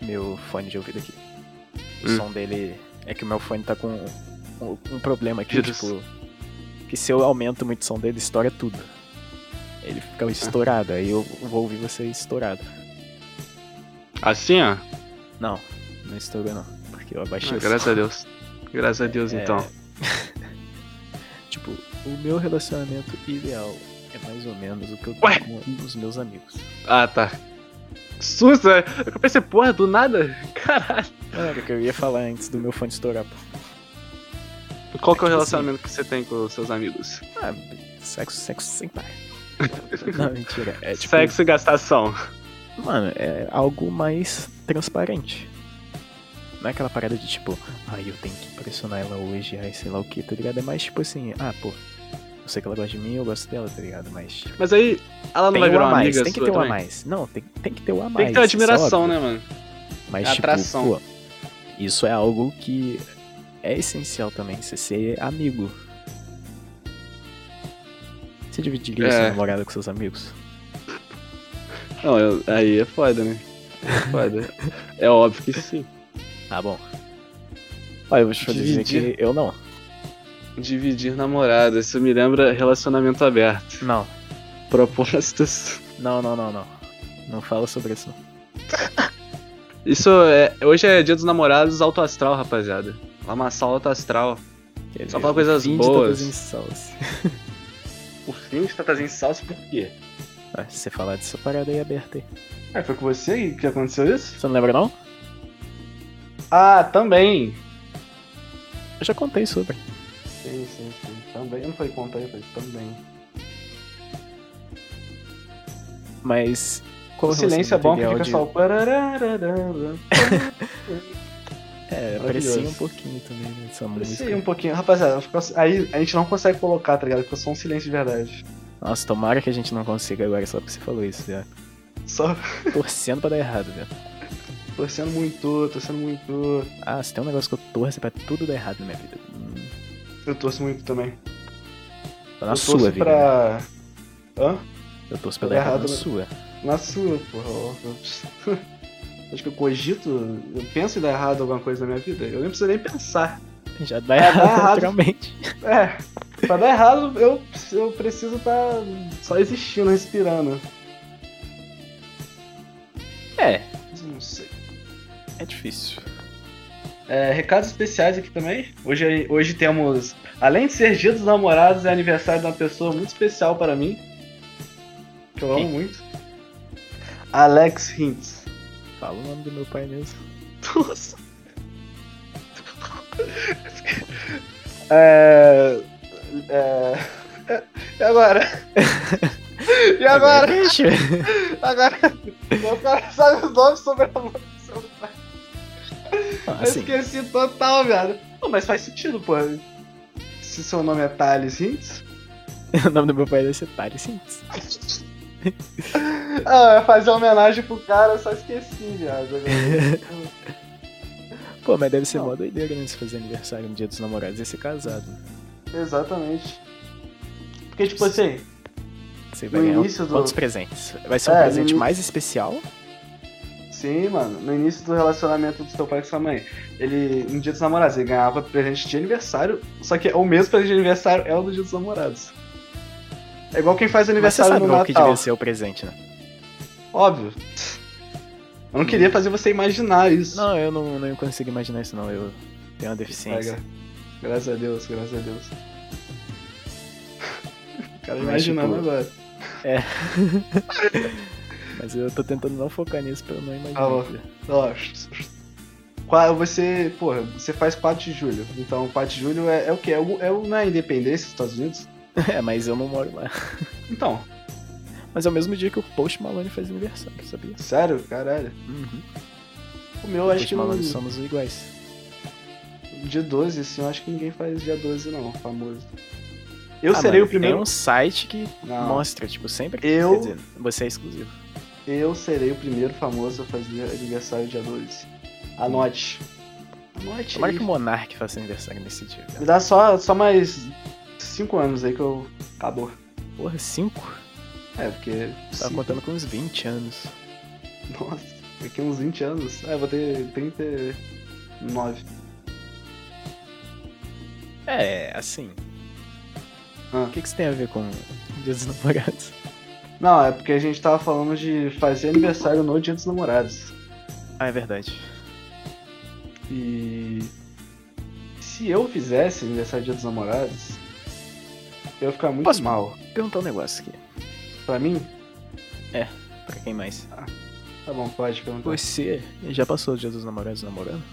Meu fone de ouvido aqui. O
Hum.
som dele. É que o meu fone tá com um, um problema aqui,
Vírus.
tipo. Que se eu aumento muito o som dele, estoura tudo. Ele fica
Ah.
estourado, aí eu vou ouvir você estourado.
Assim, ó.
Não, não estourou não. Porque eu abaixei
Ah,
o
graças a Deus. Graças a Deus,
É.
então.
Tipo, o meu relacionamento ideal é mais ou menos o que eu tenho
Ué?
com os meus amigos.
Ah, tá. Susto, né? Eu pensei, porra, do nada? Caralho.
Não era o que eu ia falar antes do meu fone estourar. pô.
Qual que é
Tipo
o
assim.
relacionamento que você tem com os seus amigos?
Ah, sexo, sexo sem par. Não, mentira. É tipo.
Sexo e gastação.
Mano, é algo mais transparente. Não é aquela parada de tipo, ai eu tenho que impressionar ela hoje, ai sei lá o que, tá ligado? É mais tipo assim, ah, pô, eu sei que ela gosta de mim, eu gosto dela, tá ligado? Mas.
Mas aí, ela não
Tem
vai
o
virar
a
uma
mais,
amiga
tem que
sua
ter o a
também?
mais. Não, tem, tem que ter o a mais.
Tem que ter uma
isso é
admiração,
óbvio.
né, mano?
Mas,
É
tipo,
atração.
pô, isso é algo que é essencial também, você ser amigo. Você dividiria
É.
sua namorada com seus amigos?
Não, eu- aí é foda, né? É foda. é óbvio que sim.
Tá bom. Olha, eu vou te fazer dizer
Dividir.
que eu não.
Dividir namorada, isso me lembra relacionamento aberto.
Não,
Propostas.
não, não, não, não. Não fala sobre isso, não.
Isso é. Hoje é dia dos namorados alto astral, rapaziada. Lamaçal alto astral.
Quer
Só
dizer,
fala coisas
fim de
boas.
todas as insults.
O fim de Tatas em Salsa por quê?
Ah, se você falar dessa parada aí aberta aí.
É, foi com você que aconteceu isso?
Você não lembra, não?
Ah, também.
Eu já contei sobre.
Sim, sim, sim. Também. Eu não falei conta, eu falei também.
Mas.
O
Qual
silêncio é bom que
relacionamento
fica só
ideal
o. parararararara.
de- É,
Maravilhoso.
parecia um pouquinho também né, essa música.
Sei um pouquinho. Rapaziada, ficou- aí a gente não consegue colocar, tá ligado? Ficou só um silêncio de verdade.
Nossa, tomara que a gente não consiga agora só porque você falou isso, já.
Só
Torcendo pra dar errado, velho.
torcendo muito, torcendo muito.
Ah, se tem um negócio que eu torço é pra tudo dar errado na minha vida. Hum,
Eu torço muito também.
na
eu
sua
torço
vida. né?
pra. Hã?
Eu torço pra
Tudo
dar errado,
errado,
na
né?
sua.
Na sua, porra. ó. Acho que eu cogito, eu penso em dar errado alguma coisa na minha vida. Eu nem preciso nem pensar.
Já dá
É, dá
errado
errado.
naturalmente.
É, pra dar errado, eu eu preciso estar só existindo, respirando.
É,
Não sei.
é difícil.
É, recados especiais aqui também. Hoje, hoje temos, além de ser dia dos namorados, é aniversário de uma pessoa muito especial para mim. Que eu amo
Quem?
muito. Alex Hintz.
Fala o nome do meu pai mesmo.
Nossa. É, é, E agora? E agora?
Vixe.
Agora. O cara sabe os nomes sobre a mão.
Ah,
Eu
assim,
esqueci total, viado. Não, mas faz sentido, pô. Se seu nome é Thales Hintz.
o nome do meu pai é deve ser Tari Simples.
Ah, eu ia fazer homenagem pro cara, eu só esqueci, viado. Agora.
Pô, mas deve ser
Não.
mó doideira, né? Se fazer aniversário no dia dos namorados e ser casado.
Exatamente. Porque, tipo assim,
Você vai
No
ganhar
início do-
quantos presentes? Vai ser um
É, no
presente
início-
mais especial?
Sim, mano. No início do relacionamento do seu pai com sua mãe, ele, no dia dos namorados, ele ganhava presente de aniversário, só que o mesmo presente de aniversário é o do dia dos namorados. É igual quem faz
Mas você
aniversário
sabe
no
qual que devia
Natal.
ser o presente, né?
Óbvio. Eu não queria fazer você imaginar isso.
Hum. Não, eu não, não consigo imaginar isso, não. Eu tenho uma deficiência.
Gra- Graças a Deus, graças a Deus. O cara
Mas,
imaginando
tipo,
agora.
Mas eu tô tentando não focar nisso pra eu não imaginar.
Alô. Ó, qual- você, porra, você faz 4 de julho. Então 4 de julho é, é o quê? É, o, é o- não é a independência dos Estados Unidos?
É, mas eu não moro lá.
Então,
Mas é o mesmo dia que o Post Malone faz aniversário, sabia?
Sério? Caralho.
Uhum.
O meu,
O
acho
Post
que não-
Malone somos iguais.
dia 12, assim, eu acho que ninguém faz dia 12, não, famoso. Eu
Ah,
serei
mano,
o primeiro.
Tem um site que
Não,
mostra, tipo, sempre.
Eu-
Quer dizer, você é exclusivo.
eu serei o primeiro famoso a fazer aniversário dia 12. Anote. Anote
Hum. Tomara
aí.
que o Monark faça aniversário nesse dia, velho.
Me dá só, só mais 5 anos aí que eu. Acabou.
Porra, 5?
É, porque. cinco-
Tava Tá contando com uns 20 anos.
Nossa, daqui uns 20 anos. É, eu vou ter 39.
É, assim.
Ah.
O que, que isso tem a ver com o Dia dos Namorados?
Não, é porque a gente tava falando de fazer aniversário no dia dos namorados.
Ah, é verdade.
E se eu fizesse aniversário dia dos namorados, eu ia ficar muito
Posso-
mal.
Vou perguntar um negócio aqui,
Pra mim?
pra quem mais.
Tá bom, pode perguntar.
Você já passou o Dia dos Namorados namorando?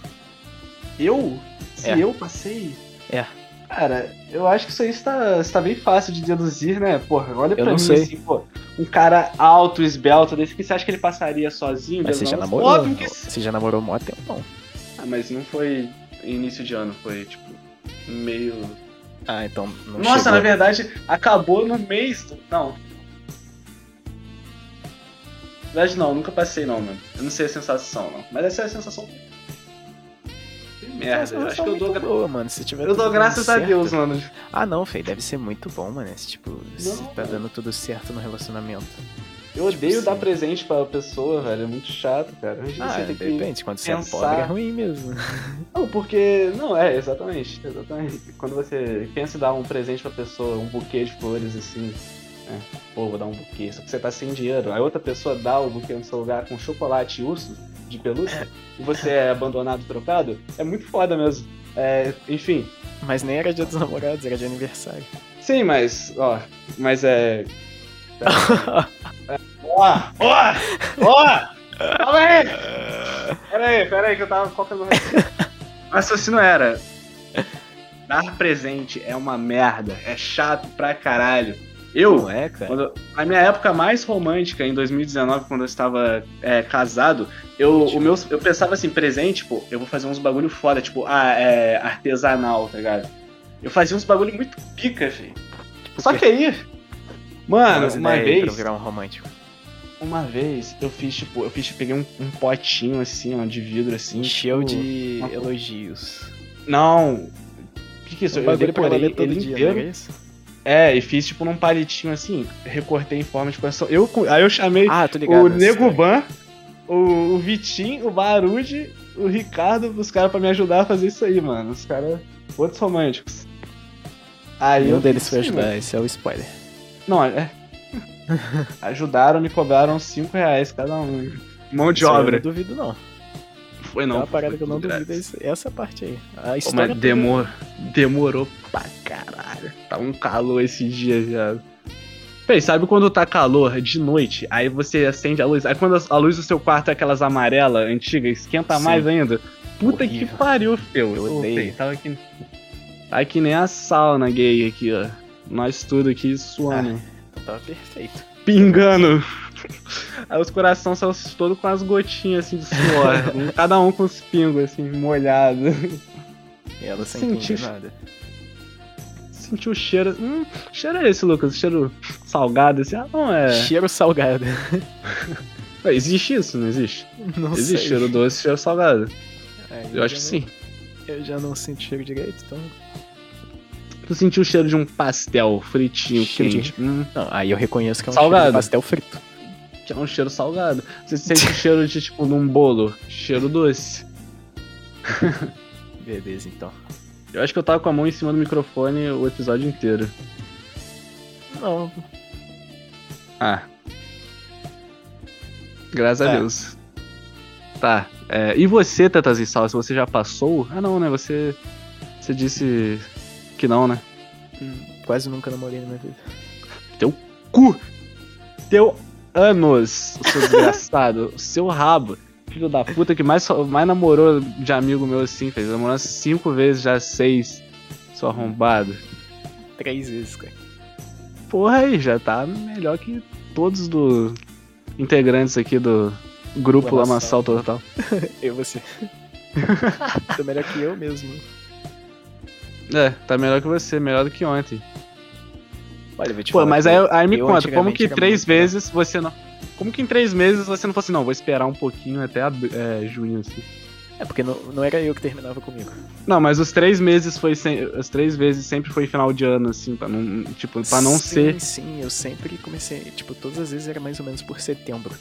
Eu? Se
É.
eu passei?
É.
Cara, eu acho que isso aí está, está bem fácil de deduzir, né? Porra, olha pra
não
mim
sei.
assim, pô. Um cara alto, esbelto, desse que você acha que ele passaria sozinho?
Mas
Deus
você já
não,
namorou?
Óbvio que sim.
Você já namorou mó tempão.
Ah, mas não foi início de ano, foi tipo meio.
Ah, então não
Nossa,
chegou.
na verdade, acabou no mês do. Não. Na verdade, não, nunca passei, não, mano. Eu não sei a sensação, não. Mas essa é a sensação. Que merda, eu é, acho que eu dou,
Então, tá
gra...
muito boa, mano. Se tiver
eu
tudo
dou
dando
graças a
certo-
Deus, mano.
Ah, não, Fê, deve ser muito bom, mano. Esse tipo, se tá
mano.
dando tudo certo no relacionamento.
Eu odeio
assim.
dar presente pra pessoa, velho. É muito chato, cara. A gente
Ah,
tem que.
depende. Quando você é
pensar.
pobre, é ruim mesmo.
Não, porque. Não, é, exatamente. Exatamente. Quando você pensa em dar um presente pra pessoa, um buquê de flores, assim. Né? Pô, vou dar um buquê. Só que você tá sem dinheiro. Aí outra pessoa dá o buquê no seu lugar com chocolate e urso de pelúcia. e você é abandonado, trocado. É muito foda mesmo. É, enfim.
Mas nem era dia dos namorados, era de aniversário.
Sim, mas. Ó. Mas é. Ó! Ó! Ó! Calma aí! Pera aí, pera aí, que eu tava copiando o raciocínio. O raciocínio era. Dar presente é uma merda, é chato pra caralho. Eu,
Não é, cara?
quando, a minha época mais romântica, em 2019, quando eu estava é, casado, eu, o meu, eu pensava assim, presente, pô, eu vou fazer uns bagulho foda, tipo, ah, é, artesanal, tá ligado? Eu fazia uns bagulho muito pica, filho. Só que aí. Mano,
Tipo Umas
uma
ideias aí
vez.
pra eu virar um romântico.
Uma vez eu fiz, tipo, eu fiz, peguei um, um potinho assim, ó, de vidro assim.
Encheu
tipo-
de
uma-
elogios.
Não! Que que é isso?
Um
eu
bagulho pra
decorei
ler todo
ele
dia, né?
inteiro.
não era isso?
É, e fiz tipo num palitinho assim, recortei em forma de coração. Eu, co- aí eu chamei
Ah, tô ligado.
o
essa
Nego
história.
Ban, o, o Vitinho, o Barude, o Ricardo, os caras pra me ajudar a fazer isso aí, mano. Os caras, outros românticos. Aí
Nenhum
eu
Um deles foi
sim,
ajudar, esse é o spoiler.
Não, é. Ajudaram e cobraram 5 reais cada um. Mão de
Isso aí
obra.
Eu não duvido, não.
Foi
é
não.
uma parada que eu não
tudo
duvido, é
grátis.
isso- essa parte aí. A
Pô,
história
mas demor... demorou pra caralho. Tá um calor esse dia, viado. Fê, sabe quando tá calor de noite, aí você acende a luz, aí quando a luz do seu quarto é aquelas amarelas antigas, esquenta
Sim.
mais ainda. Puta
Horrível.
que pariu, Feu.
Eu
Ô,
odeio.
Fê, Tava aqui... Tá que nem a sauna gay aqui, ó. Nós tudo aqui suando.
toda- tava tá perfeito.
pingando. Aí os corações saiu todo com as gotinhas assim de suor. um- cada um com os pingos assim, molhado.
E ela sem
Senti-
entender nada.
Sentiu o cheiro. Hum, que cheiro é esse, Lucas? Cheiro salgado assim? Ah, não é.
Cheiro salgado.
Ué, Existe isso, não existe?
Não
existe
sei.
cheiro doce, cheiro salgado.
Aí
Eu acho que
já
sim.
não- Eu já não sinto cheiro direito, então.
Tu sentiu o cheiro de um pastel fritinho,
Cheiro de-
quente. Hum,
Não, aí eu reconheço que é um cheiro
Salgado.
de pastel frito.
que é um cheiro salgado. Você sente o cheiro de tipo de um bolo, cheiro doce.
Beleza, então.
Eu acho que eu tava com a mão em cima do microfone o episódio inteiro.
Não,
Ah. Graças a
Tá.
Deus. Tá. é, e você, Tatazinho Salsa, você já passou? Ah, não, né? Você. Você disse que não, né?
hum, quase nunca namorei na minha vida.
Cu! Teu anos, seu desgraçado. seu rabo. Filho da puta que mais, mais namorou de amigo meu assim, fez. Namorou cinco vezes já, seis. Seu arrombado.
Três vezes, cara.
Porra, aí já tá melhor que todos do integrantes aqui do grupo
Lamaçal.
Lamaçal Total.
Eu você. Tô melhor que eu mesmo.
É, tá melhor que você, melhor do que ontem.
Olha, eu vou te
Pô,
falar
mas
que
aí, aí me
Tipo, eu
conta, como
antigamente
que
era
três
muito melhor.
vezes você não. Como que em três meses você não fosse, não, vou esperar um pouquinho até ab- é, junho, assim.
É porque não, não era eu que terminava comigo.
Não, mas os três meses foi. sem- As três vezes sempre foi final de ano, assim, pra não. Tipo, pra não
sim,
ser.
Sim, eu sempre comecei. Tipo, todas as vezes era mais ou menos por setembro.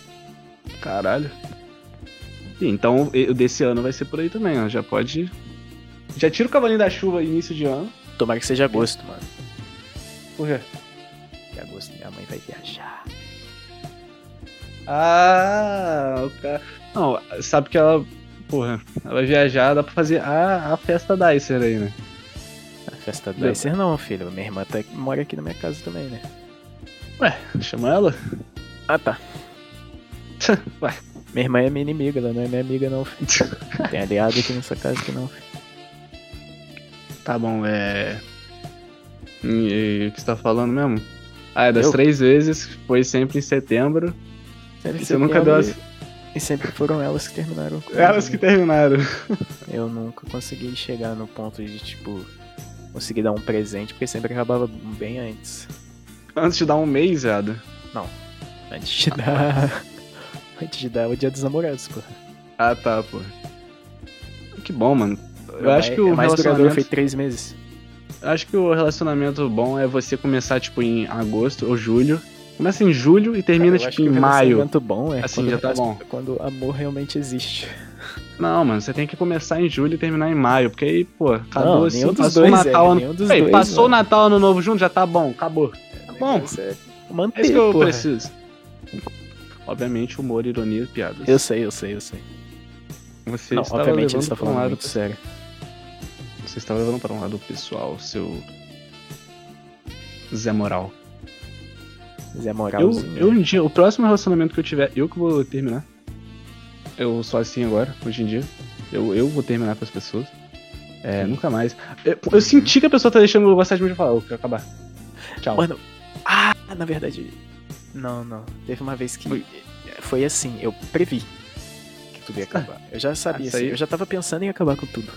Caralho. Então, e- o desse ano vai ser por aí também, ó. Já pode. Já tira o cavalinho da chuva início de ano.
Tomara que seja agosto, mano.
Por quê?
Em agosto minha mãe vai viajar.
Ah, o cara. Não, sabe que ela. Porra, ela vai viajar, dá pra fazer a, a festa da Icer aí, né?
A festa do
Meu-
Acer não, filho. Minha irmã tá, mora aqui na minha casa também, né?
Chama ela?
Ah, tá.
Ué.
Minha irmã é minha inimiga, ela não é minha amiga, não, filho. Tem aliado aqui nessa casa que não, filho.
Tá bom, é. E, e o que você tá falando mesmo? Ah, é das
Eu?
três vezes, foi sempre em setembro.
Sempre
Você nunca deu as.
E sempre foram elas que terminaram. comigo,
Elas que
né?
terminaram.
Eu nunca consegui chegar no ponto de, tipo, conseguir dar um presente, porque sempre acabava bem antes.
Antes de dar um mês, viado.
Antes de dar. antes de dar é o dia dos namorados, pô.
Ah, tá, pô. Que bom, mano. Eu
É
acho
mais-
que o
é mais duradouro
relacionamento.
foi três meses.
Acho que o relacionamento bom é você começar, tipo, em agosto ou julho. Começa em julho e termina,
Cara, eu acho
tipo,
que
em
o
maio.
relacionamento bom é
Assim,
quando,
já tá
as-
bom.
quando amor realmente existe.
Não, mano, você tem que começar em julho e terminar em maio. Porque aí, pô, acabou
não,
assim,
nenhum dos
passou
dois,
o Natal,
é,
ano...
nenhum dos
Ei,
dois.
passou o
mano.
Natal ano novo junto, já tá bom, acabou. Tá bom.
Isso é
É
Manter,
isso que eu
porra.
preciso. Obviamente, humor, ironia, piadas.
Eu sei, eu sei, eu sei.
Você
não,
estava
obviamente
levando
você tá
pra um
falando
lado-
muito sério.
Você estava levando para um lado pessoal, seu Zé Moral.
Mas é
Eu,
moralzinho.
eu um dia, o próximo relacionamento que eu tiver, eu que vou terminar. Eu sou assim agora, hoje em dia. Eu, eu vou terminar com as pessoas. É,
Sim.
nunca mais. Eu, eu senti que a pessoa tá deixando eu gostar de mim e falar, eu quero acabar. Tchau.
Mano, ah, na verdade. Não, não. Teve uma vez que.
Foi.
Foi, assim, eu previ que tudo ia acabar. Eu já sabia,
Ah, isso
assim,
aí-
eu já tava pensando em acabar com tudo.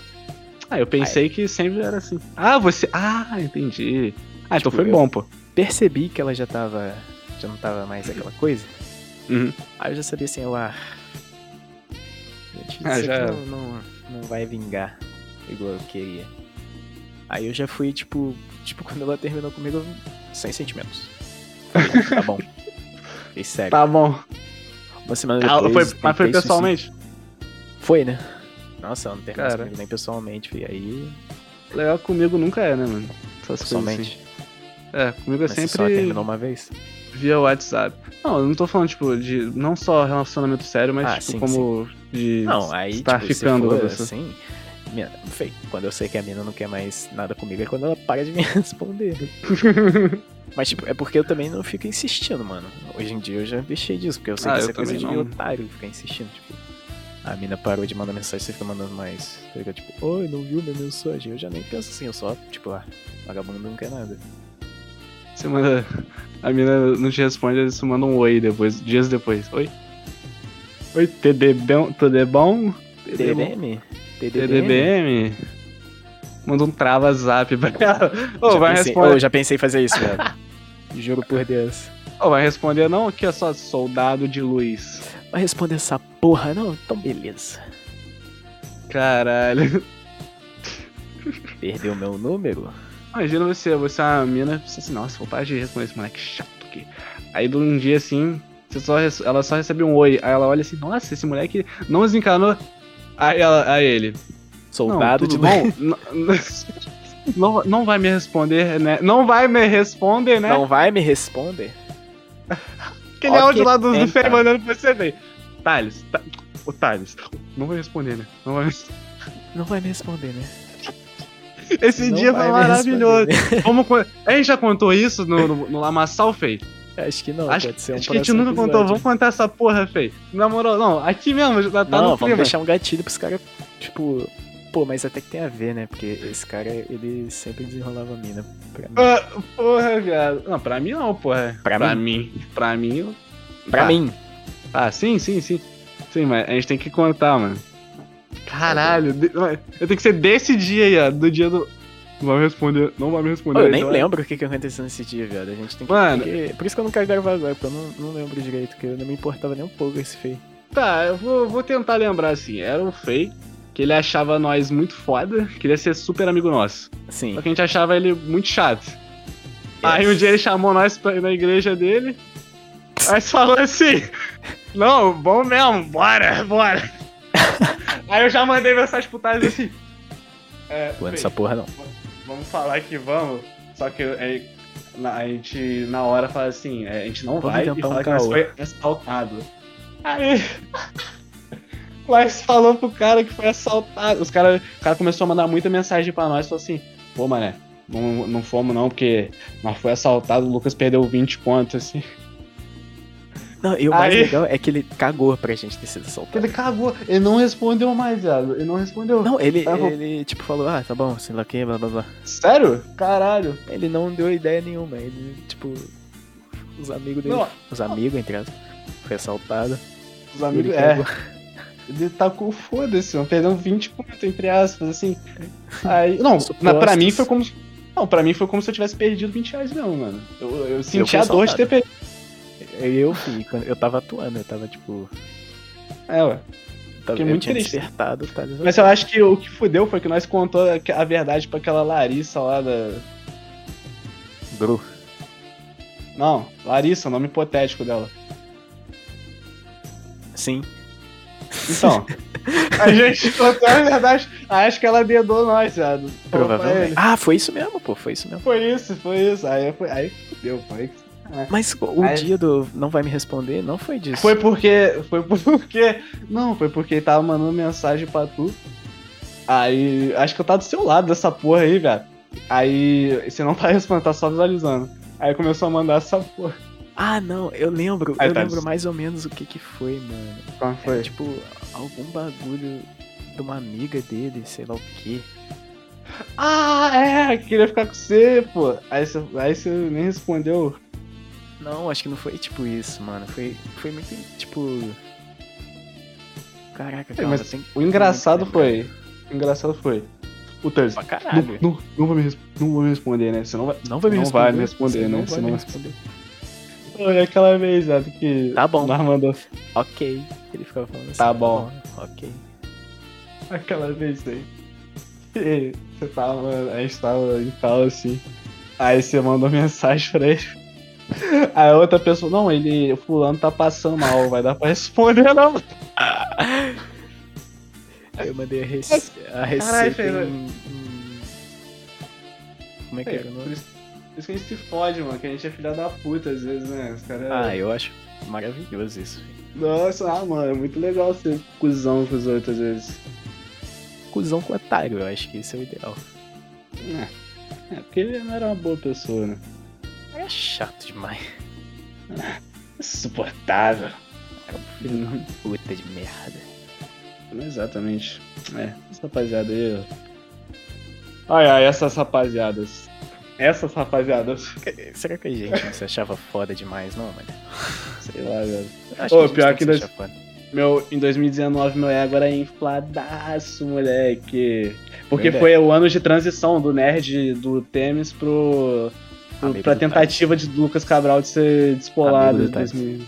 Ah, eu pensei que sempre era assim. Ah, você. Ah, entendi. Ah, então
Tipo,
foi
eu-
bom, pô.
Percebi que ela já tava. Já não tava mais aquela coisa.
Uhum.
Aí eu já sabia assim, eu ah. gente,
Ah,
isso
já
aqui
era.
não, não, não vai vingar igual eu queria. Aí eu já fui, tipo. Tipo, quando ela terminou comigo, sem sentimentos. Falei, tá bom. Fiquei sério.
Tá bom.
Uma semana
Ah,
depois.
foi- mas foi
tentei suicídio.
pessoalmente?
Foi, né? Nossa, ela não terminou
Cara.
comigo nem pessoalmente, filho. Aí.
Legal comigo nunca é, né, mano? essas coisas.
somente.
Assim. É, comigo eu
Mas você só
sempre
terminou uma vez?
via WhatsApp. Não, eu não tô falando, tipo, de não só relacionamento sério, mas
Ah,
tipo,
sim,
como de
Não, aí
estar
tipo,
ficando
se
com a
for
pessoa.
assim, minha, feio. Quando eu sei que a mina não quer mais nada comigo é quando ela para de me responder. Mas tipo, é porque eu também não fico insistindo, mano. Hoje em dia eu já deixei disso, porque eu sei
Ah,
que
eu
essa coisa de
também não.
otário ficar insistindo, tipo. A mina parou de mandar mensagem, você fica mandando mais. Tá ligado? Tipo, oi, não viu minha mensagem? Eu já nem penso assim, eu só, tipo, ah, vagabundo não quer nada.
Você manda. A mina não te responde, eles manda um oi depois, dias depois. Oi? Oi, TD bom? TD é bom?
TDM?
TDBM? Manda um trava zap pra ela. Ô,
já,
vai
pensei,
responder.
oh, já pensei em fazer isso, velho. Juro por Deus.
Ô, vai responder não aqui é só soldado de luz.
Vai responder essa porra, não? Então beleza.
Caralho.
Perdeu meu número?
Imagina você, você é uma mina, você assim, nossa, vou parar de responder esse moleque chato aqui. Aí de um dia assim, você só, rece- ela só recebe um oi, aí ela olha assim, nossa, esse moleque não desencanou. Aí, ela, aí ele,
Soldado
não,
de
tudo
bom.
bom? não, não vai me responder, né? Não vai me responder, né?
Não vai me responder?
Aquele áudio
ok,
lá do, do
tenta.
Fer mandando pra você ver. Thales, tá, ô Thales, não vai responder, né? Não vai...
Não vai me responder, né?
Esse
Não
dia
vai
foi
me
maravilhoso.
responder,
Vamos con- A gente já contou isso no, no, no Lamaçal, Fei?
né? Acho que não,
Acho,
pode ser um
acho que a gente
próximo
nunca contou.
episódio.
Vamos contar essa porra, Fei. Na moral, não, aqui mesmo, já tá
não,
no
vamos
clima.
deixar um gatilho pros caras, tipo... Pô, mas até que tem a ver, né? Porque esse cara, ele sempre desenrolava a mina pra mim.
Ah, porra, viado. Não, pra mim não, porra.
Pra
mim? Pra mim. eu-
Pra
Ah,
mim!
Ah, sim, sim, sim. Sim, mas a gente tem que contar, mano. Caralho, de- mas eu tenho que ser desse dia aí, ó. Do dia do. Não vai me responder, não vai me
Pô,
responder.
eu nem
Então,
lembro o que, que aconteceu nesse dia, viado. A gente tem que...
Mano.
tem que- Por isso que eu não quero gravar agora, porque eu não, não lembro direito, porque eu não me importava nem um pouco esse feio.
Tá, eu vou, vou tentar lembrar assim. Era o Fei, que ele achava nós muito foda, queria ser super amigo nosso.
Sim. é.
Só que a gente achava ele muito chato. Aí um dia ele chamou nós pra ir na igreja dele, nós falou assim: Não, bom mesmo, bora, bora. Aí eu já mandei mensagem pro Thales assim: É,
Pô,
Fei,
essa porra não.
Vamos falar que vamos. Só que é, na- a gente na hora fala assim, é, a gente não
Vamos
vai e
inventar um
fala que nós
caô.
foi assaltado. Aí. Mas falou pro cara que foi assaltado. Os cara, o cara começou a mandar muita mensagem pra nós, falou assim, pô, mané, não, não fomos não, porque nós foi assaltado, o Lucas perdeu 20 pontos, assim.
Não, e o mais
Aí-
legal é que ele cagou pra gente ter sido assaltado.
Ele cagou, ele não respondeu mais, viado. Ele não respondeu.
Não, ele,
Tá bom.
ele tipo falou, ah, tá bom, sei lá o que, blá blá blá.
Sério? Caralho.
Ele não deu ideia nenhuma, ele, tipo, os amigos dele,
Não,
os amigos, entre aspas, foi assaltado.
os amigos.
ele
É.
cagou.
Ele tacou foda-se, mano. Perdeu 20 pontos, entre aspas, assim.
É.
Aí, não, na, pra
Supostos.
mim foi como. se- Não, pra mim foi como se eu tivesse perdido 20 reais, não, mano. Eu, eu senti
fui
a dor de
assaltado.
ter perdido.
Eu, fui, quando eu tava atuando, eu tava, tipo,
É, ué.
eu, tava,
Fiquei
eu
muito
tinha
triste.
despertado, tá?
Mas eu acho que o que fudeu foi que nós contou a a verdade pra aquela Larissa lá da.
Bru,
Não, Larissa, nome hipotético dela.
sim.
Então, a gente contou a verdade. Acho que ela dedou nós, viado. Falou pra
Provavelmente.
ele.
Ah, foi isso mesmo, pô, foi isso mesmo.
Foi isso, foi isso. Aí, foi, aí fudeu, foi.
Mas o
Aí-
dia do não vai me responder não foi disso.
É. Foi porque. Foi porque. Não, foi porque ele tava mandando mensagem pra tu. Aí. Acho que eu tava do seu lado dessa porra aí, velho. Aí. Você não tá respondendo, tá só visualizando. Aí começou a mandar essa porra.
Ah, não, eu lembro,
Aí
eu
tá,
lembro
isso.
mais ou menos o que que foi, mano.
Como
Era
foi?
tipo algum bagulho de uma amiga dele, sei lá o que.
Ah, é, queria ficar com você, pô. Aí você, aí você nem respondeu.
Não, acho que não foi tipo isso, mano. Foi, foi muito tipo. Caraca, cara.
mas O engraçado foi. O engraçado foi. O Thurs.
Pra
Não,
caralho.
não, não, vai me, res- não vai me responder, né? Você não vai.
Não vai me
não
responder.
vai me responder, né?
você Não
Você
vai
não
me
vai-
responder.
Foi aquela vez, velho, que.
Tá bom.
Nós mandou
Ok. Ele ficava falando assim.
Tá bom.
Ok.
Aquela vez aí. E Você tava. A gente tava em tal assim. Aí você mandou mensagem pra ele. Aí a outra pessoa, não, ele. O fulano tá passando mal, vai dar pra responder, não.
Eu mandei a, rece... a receita
Fernando.
em, em Como é que
É,
era o
por
nome?
isso, por isso que a gente se fode, mano, que a gente é filha da puta às vezes, né? Os caras.
Ah, eu acho maravilhoso isso.
Nossa, ah, mano, é muito legal ser cuzão com os outros às vezes.
Cusão com otário, eu acho que esse é o ideal.
É, é porque ele não era uma boa pessoa, né?
É chato demais.
Insuportável.
Era um
Ele não-
puta de merda.
não Exatamente. É, essa rapaziada aí. ó. Ai, ai, essas rapaziadas. Essas rapaziadas.
Será que a gente não se achava foda demais, não, mano?
Sei lá, velho.
Acho
Ô,
a gente
pior
não
que
se
nós-
acha foda.
Meu, em 2019, meu ego era infladaço, moleque. Porque
Verdade.
foi o ano de transição do nerd do Temis pro. pro-
Amigo
pra
do
tentativa de Lucas Cabral de ser despolado
Amigo
em
do Tales.
2000.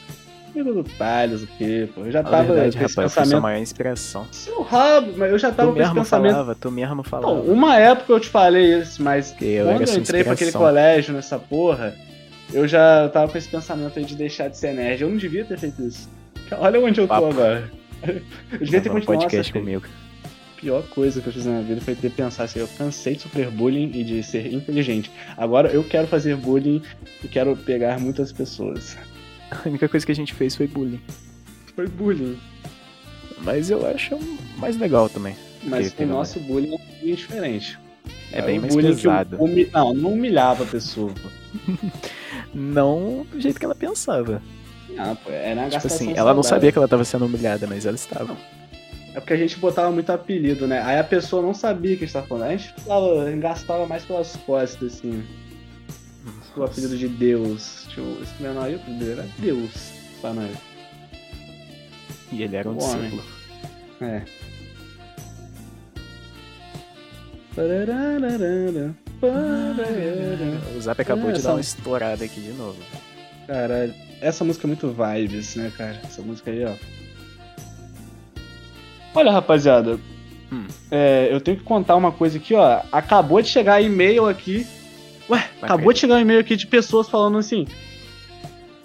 Amigo do Thales, o quê, pô? Eu já
Na
tava
verdade,
com esse
rapaz, eu fui sua
pensamento.
maior inspiração.
Seu rabo, mas eu já tava
Tu
com esse
mesmo
pensamento.
falava, tu mesmo falava.
Não, uma época eu te falei isso, mas
Que eu
quando
era
eu
sua
entrei pra aquele
inspiração.
colégio nessa porra, eu já tava com esse pensamento aí de deixar de ser nerd. Eu não devia ter feito isso. Olha onde eu
Papo.
tô agora. Eu devia ter continuado.
Gravando
Nossa,
um podcast
acho que
comigo.
a pior coisa que eu fiz na minha vida foi ter pensado assim, eu cansei de sofrer bullying e de ser inteligente. Agora eu quero fazer bullying e quero pegar muitas pessoas.
A única coisa que a gente fez foi bullying.
Foi bullying.
Mas eu acho mais legal também.
Mas
Que
o nosso bullying é bem diferente.
É bem
Ah, o
mais
bullying que
pesado.
humi- Não, não humilhava a pessoa. pô.
Não do jeito que ela pensava.
Não, Ah, pô, era uma
tipo
gastação
assim, ela não
saudável.
sabia que ela tava sendo humilhada, mas ela estava.
É porque a gente botava muito apelido, né? Aí a pessoa não sabia o que a gente tava falando. A gente falava, gastava mais pelas costas, assim. O apelido de Deus. Tipo, esse menor aí, o primeiro era Deus pra nós.
E ele era um
O homem.
discípulo.
É. Pararararara, parararara.
O Zap acabou
É,
de
essa-
dar uma estourada aqui de novo.
Caralho, essa música é muito vibes, né, cara? Essa música aí, ó. Olha, rapaziada.
Hum.
é, eu tenho que contar uma coisa aqui, ó. Acabou de chegar e-mail aqui. Ué, acabou
cara.
de chegar um e-mail aqui de pessoas falando assim.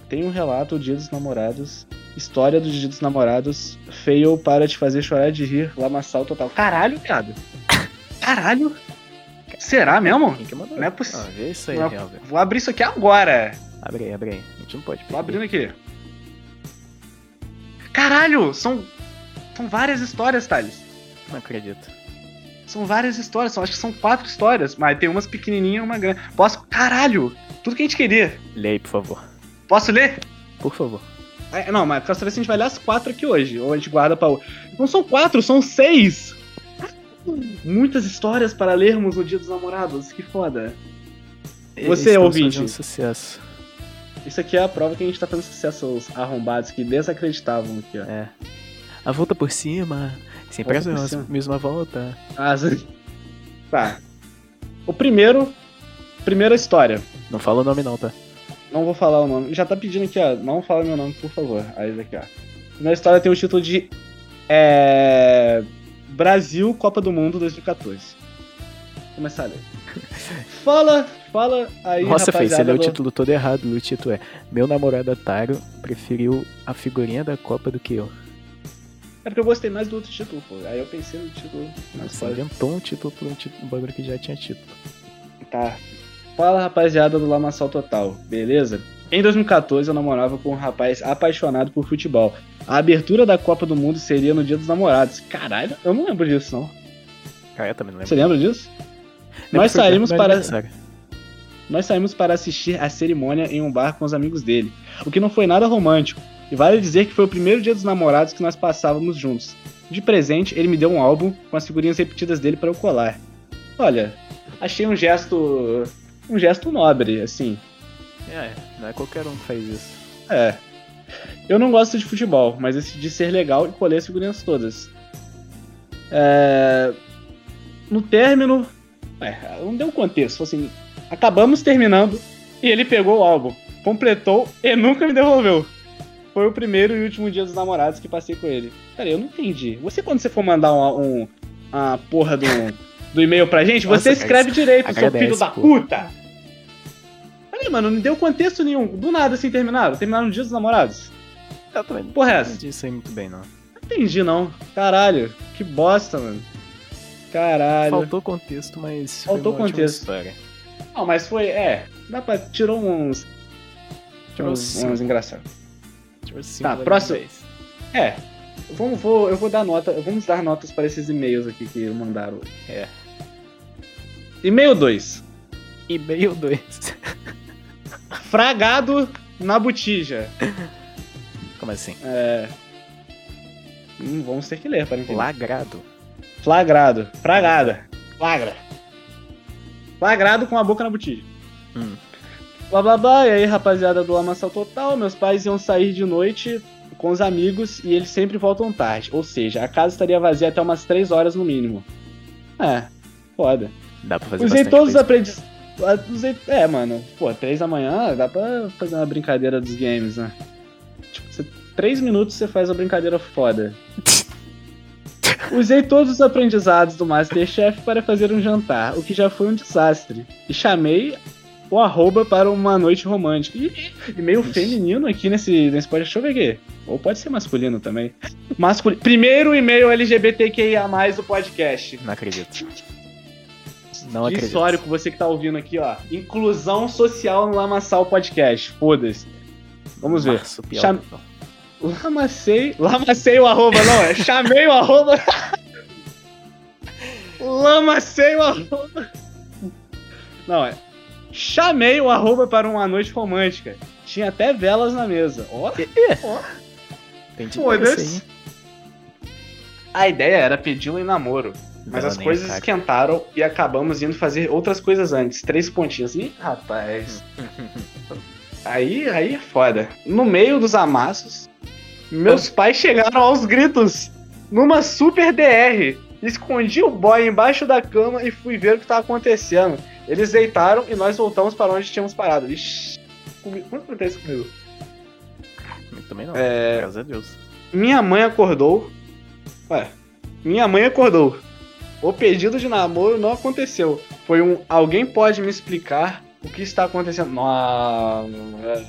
Tem um relato do Dia dos Namorados. História do Dia dos Namorados. Fail para te fazer chorar de rir. Lamaçal total. Caralho, viado. Caralho. Será mesmo?
Quem que mandou?
Não é poss-
Ah, vê isso aí,
não é-
Helder.
Vou abrir isso aqui agora.
Abre aí, abre aí. A gente não pode perder.
Tô abrindo aqui. Caralho, são. São várias histórias, Thales.
Não acredito.
São várias histórias, são, acho que são quatro histórias, mas tem umas pequenininhas e uma grande. Posso. Caralho! Tudo que a gente queria.
Lê aí, por favor.
Posso ler?
Por favor.
É, não, mas quero saber se a gente vai ler as quatro aqui hoje, ou a gente guarda pra. o- Não são quatro, são seis! Muitas histórias para lermos no Dia dos Namorados, que foda. Você,
Estamos
ouvinte.
fazendo sucesso.
Isso aqui é a prova que a gente tá fazendo sucesso aos arrombados que desacreditavam aqui, ó.
É. A volta por cima. Sempre
Volta por
a
cima.
mesma volta.
Ah, sim. tá. O primeiro. Primeira história.
Não fala o nome não, tá?
Não vou falar o nome. Já tá pedindo aqui, ó. Não fala meu nome, por favor. Aí daqui, ó. Primeira história tem o título de. É. Brasil Copa do Mundo 2014. Vou começar a ler. Fala, fala aí.
Nossa, Fê, você
rapaziada,
leu o
do-
título todo errado. O título é Meu namorado otário preferiu a figurinha da Copa do que eu.
É porque eu gostei mais do outro título, pô. Aí eu pensei no título. Mas
Você inventou um título pra um, título, um bagulho que já tinha título.
Tá. Fala rapaziada do Lamaçal Total, beleza? Em 2014 eu namorava com um rapaz apaixonado por futebol. A abertura da Copa do Mundo seria no Dia dos Namorados. Caralho, eu não lembro disso não.
Cara, Ah, eu também não lembro.
Você lembra disso?
Lembro
Nós
que foi né,
saímos
meu
para-
aniversário.
Nós saímos para assistir a cerimônia em um bar com os amigos dele, o que não foi nada romântico. E vale dizer que foi o primeiro Dia dos Namorados que nós passávamos juntos. De presente, ele me deu um álbum com as figurinhas repetidas dele para eu colar. Olha, achei um gesto, um gesto nobre, assim.
É, não é qualquer um que faz isso.
É. Eu não gosto de futebol, mas decidi ser legal e colher as figurinhas todas. É... No término. É, não deu contexto. Assim, acabamos terminando e ele pegou o álbum, completou e nunca me devolveu. Foi o primeiro e último dia dos namorados que passei com ele. Cara, eu não entendi. Você, quando você for mandar um, um, a porra do, do e-mail pra gente,
Nossa,
você
cara,
escreve direito, seu
agradece,
filho da
pô.
puta! Peraí, mano, não deu contexto nenhum. Do nada assim terminaram. Terminaram no dia dos namorados.
Eu também não
Porra, é essa?
entendi isso aí muito bem, não.
Entendi não. Caralho, que bosta, mano. Caralho.
Faltou contexto, mas
Faltou
foi uma ótima
contexto.
história.
Não, mas foi, é. Dá pra. Tirou uns.
Tirou
uns,
cinco.
uns engraçados.
Tipo assim,
Tá,
agora
próximo.
vez.
É. Vamos, vou, eu vou dar nota. Vamos dar notas para esses e-mails aqui que mandaram.
É.
E-mail 2.
E-mail 2.
Fragado na botija.
Como assim?
É. Hum, vamos ter que ler para entender.
Lagrado.
Flagrado. Fragada. Flagra. Flagrado com a boca na botija.
Hum.
Blá blá blá, e aí rapaziada do Lamaçal Total, meus pais iam sair de noite com os amigos e eles sempre voltam tarde. Ou seja, a casa estaria vazia até umas 3 horas no mínimo. É, foda.
Dá pra fazer
Usei
bastante
todos os
coisa.
aprendiz... ah, Usei... É, mano, pô, 3 da manhã dá pra fazer uma brincadeira dos games, né? Tipo, você... 3 minutos você faz uma brincadeira foda. Usei todos os aprendizados do Masterchef para fazer um jantar, o que já foi um desastre. E chamei o arroba para uma noite romântica. E, e- e meio feminino aqui nesse, nesse podcast. Deixa eu ver aqui. Ou pode ser masculino também. Mascul... Primeiro e-mail LGBTQIA do podcast.
Não acredito. Não
De
acredito.
histórico, você que tá ouvindo aqui, ó. Inclusão social no Lamaçal Podcast. Foda-se. Vamos ver.
Marsupial.
Cham- Lamacei. Lamacei o arroba, não. É chamei o arroba. Lamacei o arroba. Não, é. Chamei o arroba para uma noite romântica. Tinha até velas na mesa. Ó.
Entendi.
Foda-se. A ideia era pedi-lo em namoro. Mas as coisas esquentaram e acabamos indo fazer outras coisas antes. Três pontinhos. assim. Ih, rapaz. aí, aí é foda. No meio dos amassos, meus pais chegaram aos gritos. Numa super DR. Escondi o boy embaixo da cama e fui ver o que tava acontecendo. Eles deitaram e nós voltamos para onde tínhamos parado. Ixi, comi- quanto acontece comigo?
Também não.
É,
Graças a Deus.
minha mãe acordou. Ué, minha mãe acordou. O pedido de namoro não aconteceu. Foi um. Alguém pode me explicar o que está acontecendo? Nossa.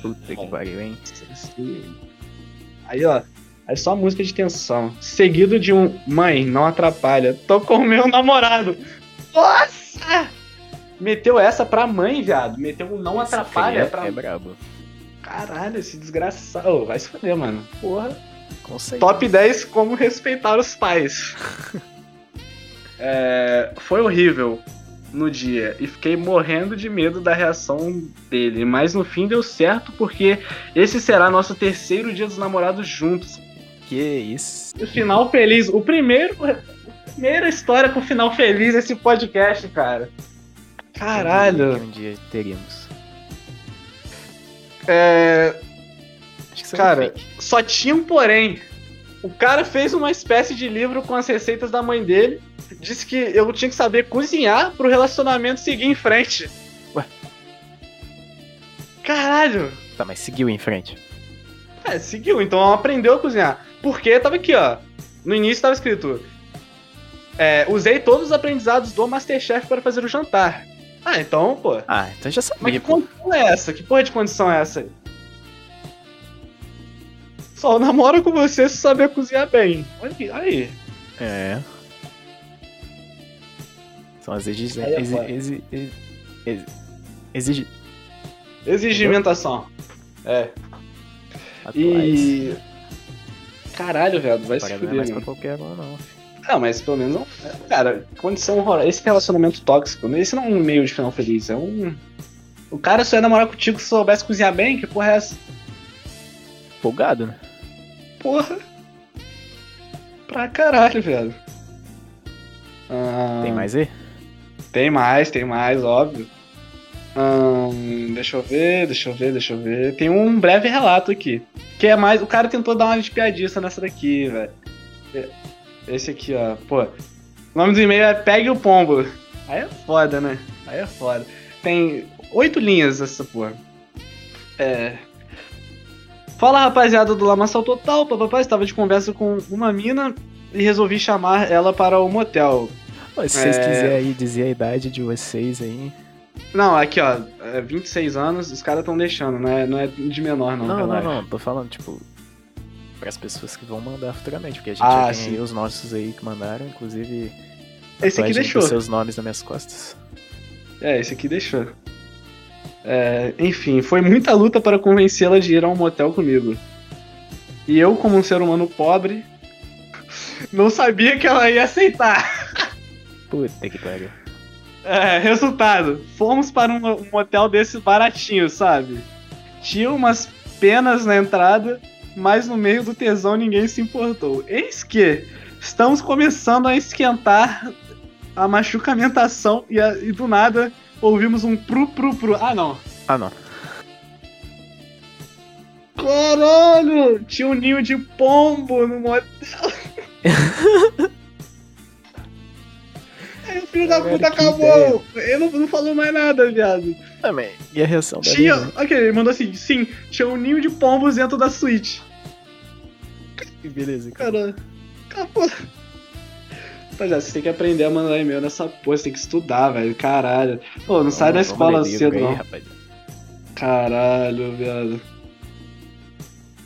Puta que pariu, hein?
Aí, ó. Aí só música de tensão. Seguido de um. Mãe, não atrapalha. Tô com o meu namorado. Nossa! Meteu essa pra mãe, viado. Meteu um não
Esse
atrapalha
filho é-
pra.
É brabo.
Caralho, esse desgraçado. Ô, vai se foder, mano. Porra.
Conceito.
Top 10 como respeitar os pais. É, foi horrível no dia e fiquei morrendo de medo da reação dele, mas no fim deu certo porque esse será nosso terceiro dia dos namorados juntos.
Que isso.
E o final feliz, o primeiro, a primeira história com final feliz esse podcast, cara.
Que
Caralho.
um dia teríamos.
É,
Acho que você
Cara,
é fake.
Só tinha um porém. O cara fez uma espécie de livro com as receitas da mãe dele. Disse que eu tinha que saber cozinhar pro relacionamento seguir em frente.
Ué.
Caralho!
Tá, mas seguiu em frente.
É, seguiu, então ela aprendeu a cozinhar. Porque tava aqui, ó. No início tava escrito. é, usei todos os aprendizados do Masterchef para fazer o jantar. Ah, então, pô.
Ah, então já
Mas
sabia.
que
pô.
condição é essa? Que porra de condição é essa aí? Só eu namoro com você se saber cozinhar bem. Olha aqui, olha aí.
É. São as exigências.
Aí é foda.
Exi... Exi... Exi... exi-
Exigimentação. É.
Atuais.
E. Caralho, velho, vai se
Parada não é mais
fuder,
pra
mano.
qualquer um, não. filho.
Não, mas pelo menos é um. Cara, condição horrorosa. Esse relacionamento tóxico, né? esse não é um meio de final feliz, é um. O cara só ia namorar contigo se soubesse cozinhar bem, que porra é essa?
Folgado, né?
Porra. Pra caralho, velho. Ah,
Tem mais aí?
Tem mais, tem mais, óbvio. Ahn, deixa eu ver, deixa eu ver, deixa eu ver. Tem um breve relato aqui. Que é mais. O cara tentou dar uma de piadista nessa daqui, velho. É, Esse aqui, ó. Pô. O nome do e-mail é Pegue o Pombo. Aí é foda, né? Aí é foda. Tem oito linhas essa porra. É. Fala rapaziada do Lamaçal Total, papai estava de conversa com uma mina e resolvi chamar ela para o motel.
Mas se vocês
É.
quiserem aí dizer a idade de vocês aí.
Não, aqui ó, é 26 anos, os caras estão deixando, não é, não é de menor não.
Não, não,
relaxa.
não, Tô falando, tipo. Pras pessoas que vão mandar futuramente. Porque a gente
Ah,
já tem
sim.
aí os nossos aí que mandaram, inclusive.
Esse aqui
tatuagem com
deixou.
seus nomes nas minhas costas.
É, esse aqui deixou. É, enfim, foi muita luta para convencê-la de ir a um motel comigo. E eu, como um ser humano pobre, não sabia que ela ia aceitar.
Puta que pariu.
É, resultado: fomos para um um motel desse baratinho, sabe? Tinha umas penas na entrada, mas no meio do tesão ninguém se importou. Eis que estamos começando a esquentar a machucamentação e, a- e do nada ouvimos um pru pru pru. Ah, não.
Ah, não.
Caralho! Tinha um ninho de pombo no motel. Aí o filho da
Caralho,
puta
que ideia.
acabou! Ele não, não falou mais nada, viado.
Também. E a reação da
Tinha.
mina?
Ok, ele mandou assim: sim, tinha um ninho de pombos dentro da suíte.
Que Beleza. cara.
Cara, acabou. Rapaziada, é, você tem que aprender a mandar e-mail nessa porra, você tem que estudar, velho. Caralho. Pô, não sai da
Vamos-
escola
vamos ler livro
cedo,
aí,
não.
rapaz.
Caralho, viado.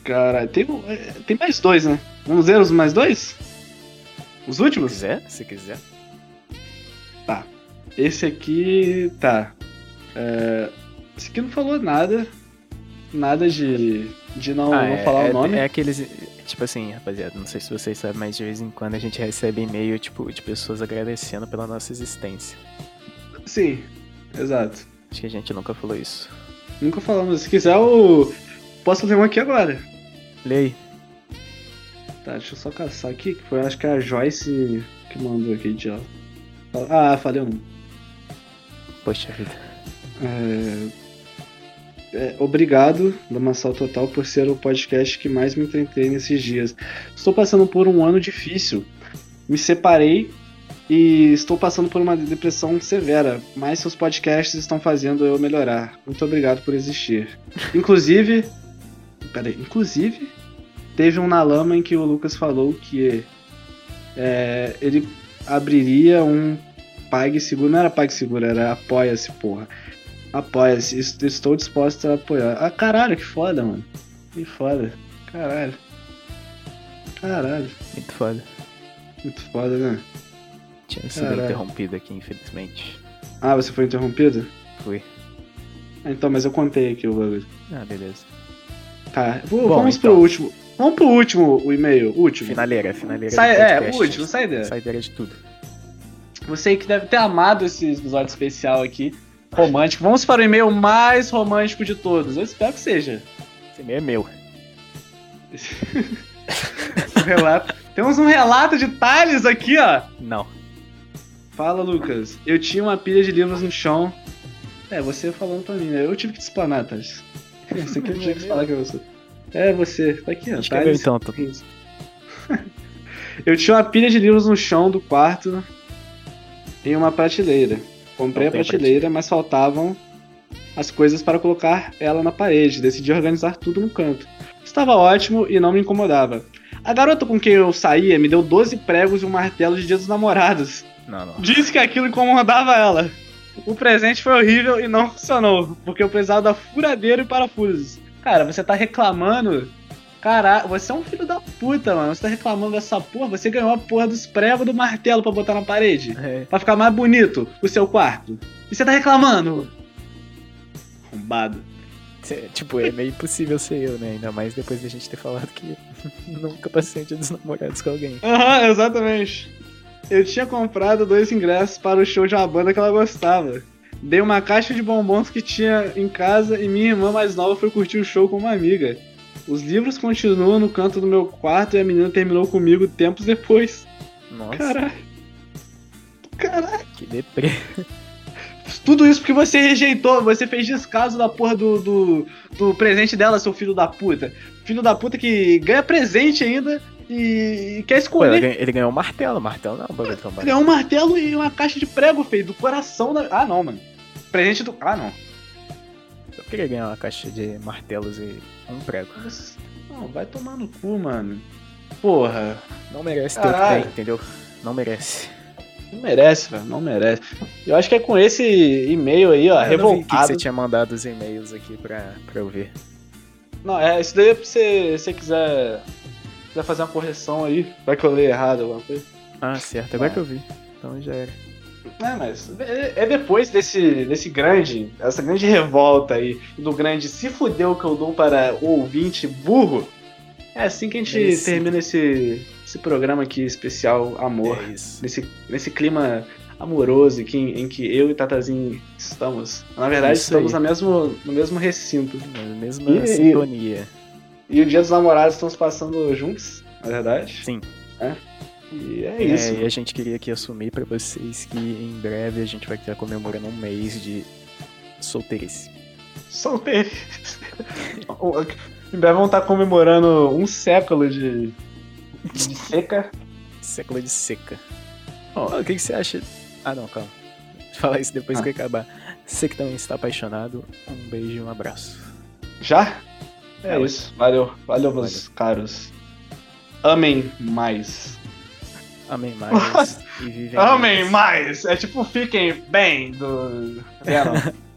Caralho, tem, um- é, tem mais dois, né? Vamos ver os mais dois? Os
Se
últimos?
quiser, se quiser.
Esse aqui. Tá. É, esse aqui não falou nada. Nada de. de não,
Ah,
não falar
é,
o nome.
É aqueles. Tipo assim, rapaziada, não sei se vocês sabem, mas de vez em quando a gente recebe e-mail tipo, de pessoas agradecendo pela nossa existência.
Sim, exato.
Acho que a gente nunca falou isso.
Nunca falamos. Se quiser, eu. Posso ler um aqui agora.
Lei.
Tá, deixa eu só caçar aqui, que foi acho que é a Joyce que mandou aqui, idiota. Ah, falei um.
Poxa vida.
É, obrigado, Lamaçal Total, por ser o podcast que mais me entretém nesses dias. Estou passando por um ano difícil. Me separei e estou passando por uma depressão severa, mas seus podcasts estão fazendo eu melhorar. Muito obrigado por existir. Inclusive. Peraí, inclusive, teve um na lama em que o Lucas falou que é, ele abriria um PagSeguro. Não era PagSeguro, era Apoia-se, porra. Apoia-se, est- estou disposto a apoiar. Ah, caralho, que foda, mano. Que foda. Caralho. Caralho.
Muito foda.
Muito foda, né?
Tinha sido
Caralho.
interrompido aqui, infelizmente.
Ah, você foi interrompido?
Fui.
Ah, Então, mas eu contei aqui o bagulho.
Ah, beleza.
Tá, vou-
Bom,
vamos
então.
pro último. Vamos pro último, o e-mail. Último.
Finaleira, finaleira.
Sai,
do
é,
podcast.
o último, sai dela.
Saideira de tudo.
Você que deve ter amado esse episódio especial aqui, romântico. Vamos para o e-mail mais romântico de todos. Eu espero que seja.
Esse e-mail é meu.
Um relato. Temos um relato de Thales aqui, ó.
Não.
Fala, Lucas. Eu tinha uma pilha de livros no chão. É, você falando pra mim, né? Eu tive que te explanar, Thales. Você que eu tive que falar com você. É, você. Tá aqui, ó.
Escreveu
Thales.
então, tô...
Eu tinha uma pilha de livros no chão do quarto em uma prateleira. Comprei
Não
a
tem
prateleira, mas faltavam as coisas para colocar ela na parede. Decidi organizar tudo no canto. Estava ótimo e não me incomodava. A garota com quem eu saía me deu 12 pregos e um martelo de Dia dos Namorados.
Não, não.
Disse que aquilo incomodava ela. O presente foi horrível e não funcionou, porque eu precisava da furadeira e parafusos. Cara, você tá reclamando? Caralho, você é um filho da puta, mano. Você tá reclamando dessa porra? Você ganhou a porra dos pregos do martelo pra botar na parede.
É,
Pra ficar mais bonito o seu quarto. E você tá reclamando? Arrombado.
cê- tipo, é meio impossível ser eu, né? Ainda mais depois da gente ter falado que nunca passei um dia dos namorados com alguém.
Aham, exatamente. Eu tinha comprado dois ingressos para o show de uma banda que ela gostava. Dei uma caixa de bombons que tinha em casa e minha irmã mais nova foi curtir o show com uma amiga. Os livros continuam no canto do meu quarto e a menina terminou comigo tempos depois.
Nossa,
Caralho. Caralho.
que deprê.
Tudo isso porque você rejeitou, você fez descaso da porra do, do, do presente dela, seu filho da puta. Filho da puta que ganha presente ainda e, e quer
Pô, ele,
escolher
ganhou, ele ganhou um martelo. Martelo não é um bagulho tão barato.
Ganhou um martelo e uma caixa de prego, feio, do coração da. Ah, não, mano. Presente do. Ah, não.
Eu queria ganhar uma caixa de martelos e um prego.
Não, vai tomar no cu, mano. Porra.
Não merece ter o que
Caralho.
tem, entendeu? Não merece.
Não merece, velho. Não merece. Eu acho que é com esse e-mail aí, ó,
É, eu não vi que que
Tá revoltado.
você tinha mandado os e-mails aqui pra, pra eu ver.
Não, é, isso daí é pra você. Se você quiser, quiser fazer uma correção aí. Vai que eu leio errado alguma coisa.
Ah, certo. Agora
Ah.
que eu vi. Então já era.
É, mas é é depois desse, desse grande, essa grande revolta aí, do grande se fudeu que eu dou para o ouvinte burro, é assim que a gente
É isso.
termina esse, esse programa aqui especial amor,
É isso.
nesse, nesse clima amoroso que, em que eu e Tatazinho estamos. Na verdade,
Isso
estamos
aí.
na mesmo, no mesmo recinto.
Na mesma
E- e-
sintonia.
E o Dia dos Namorados estamos passando juntos, na verdade.
Sim.
É. E é
É,
isso.
e a gente queria aqui assumir pra vocês que em breve a gente vai estar comemorando um mês de solteirice.
Solteiro. Em breve vão estar comemorando um século de, de seca.
Século de seca.
Ó.
Ah, o que, que você acha? Ah, não, calma. Vou Falar isso depois
Ah.
que acabar. Você que também está apaixonado, um beijo e um abraço.
Já? É,
É
isso. Valeu. Valeu, meus caros. Amem mais.
Amém mais e vivem mais.
mais! É tipo, fiquem bem do. Venom.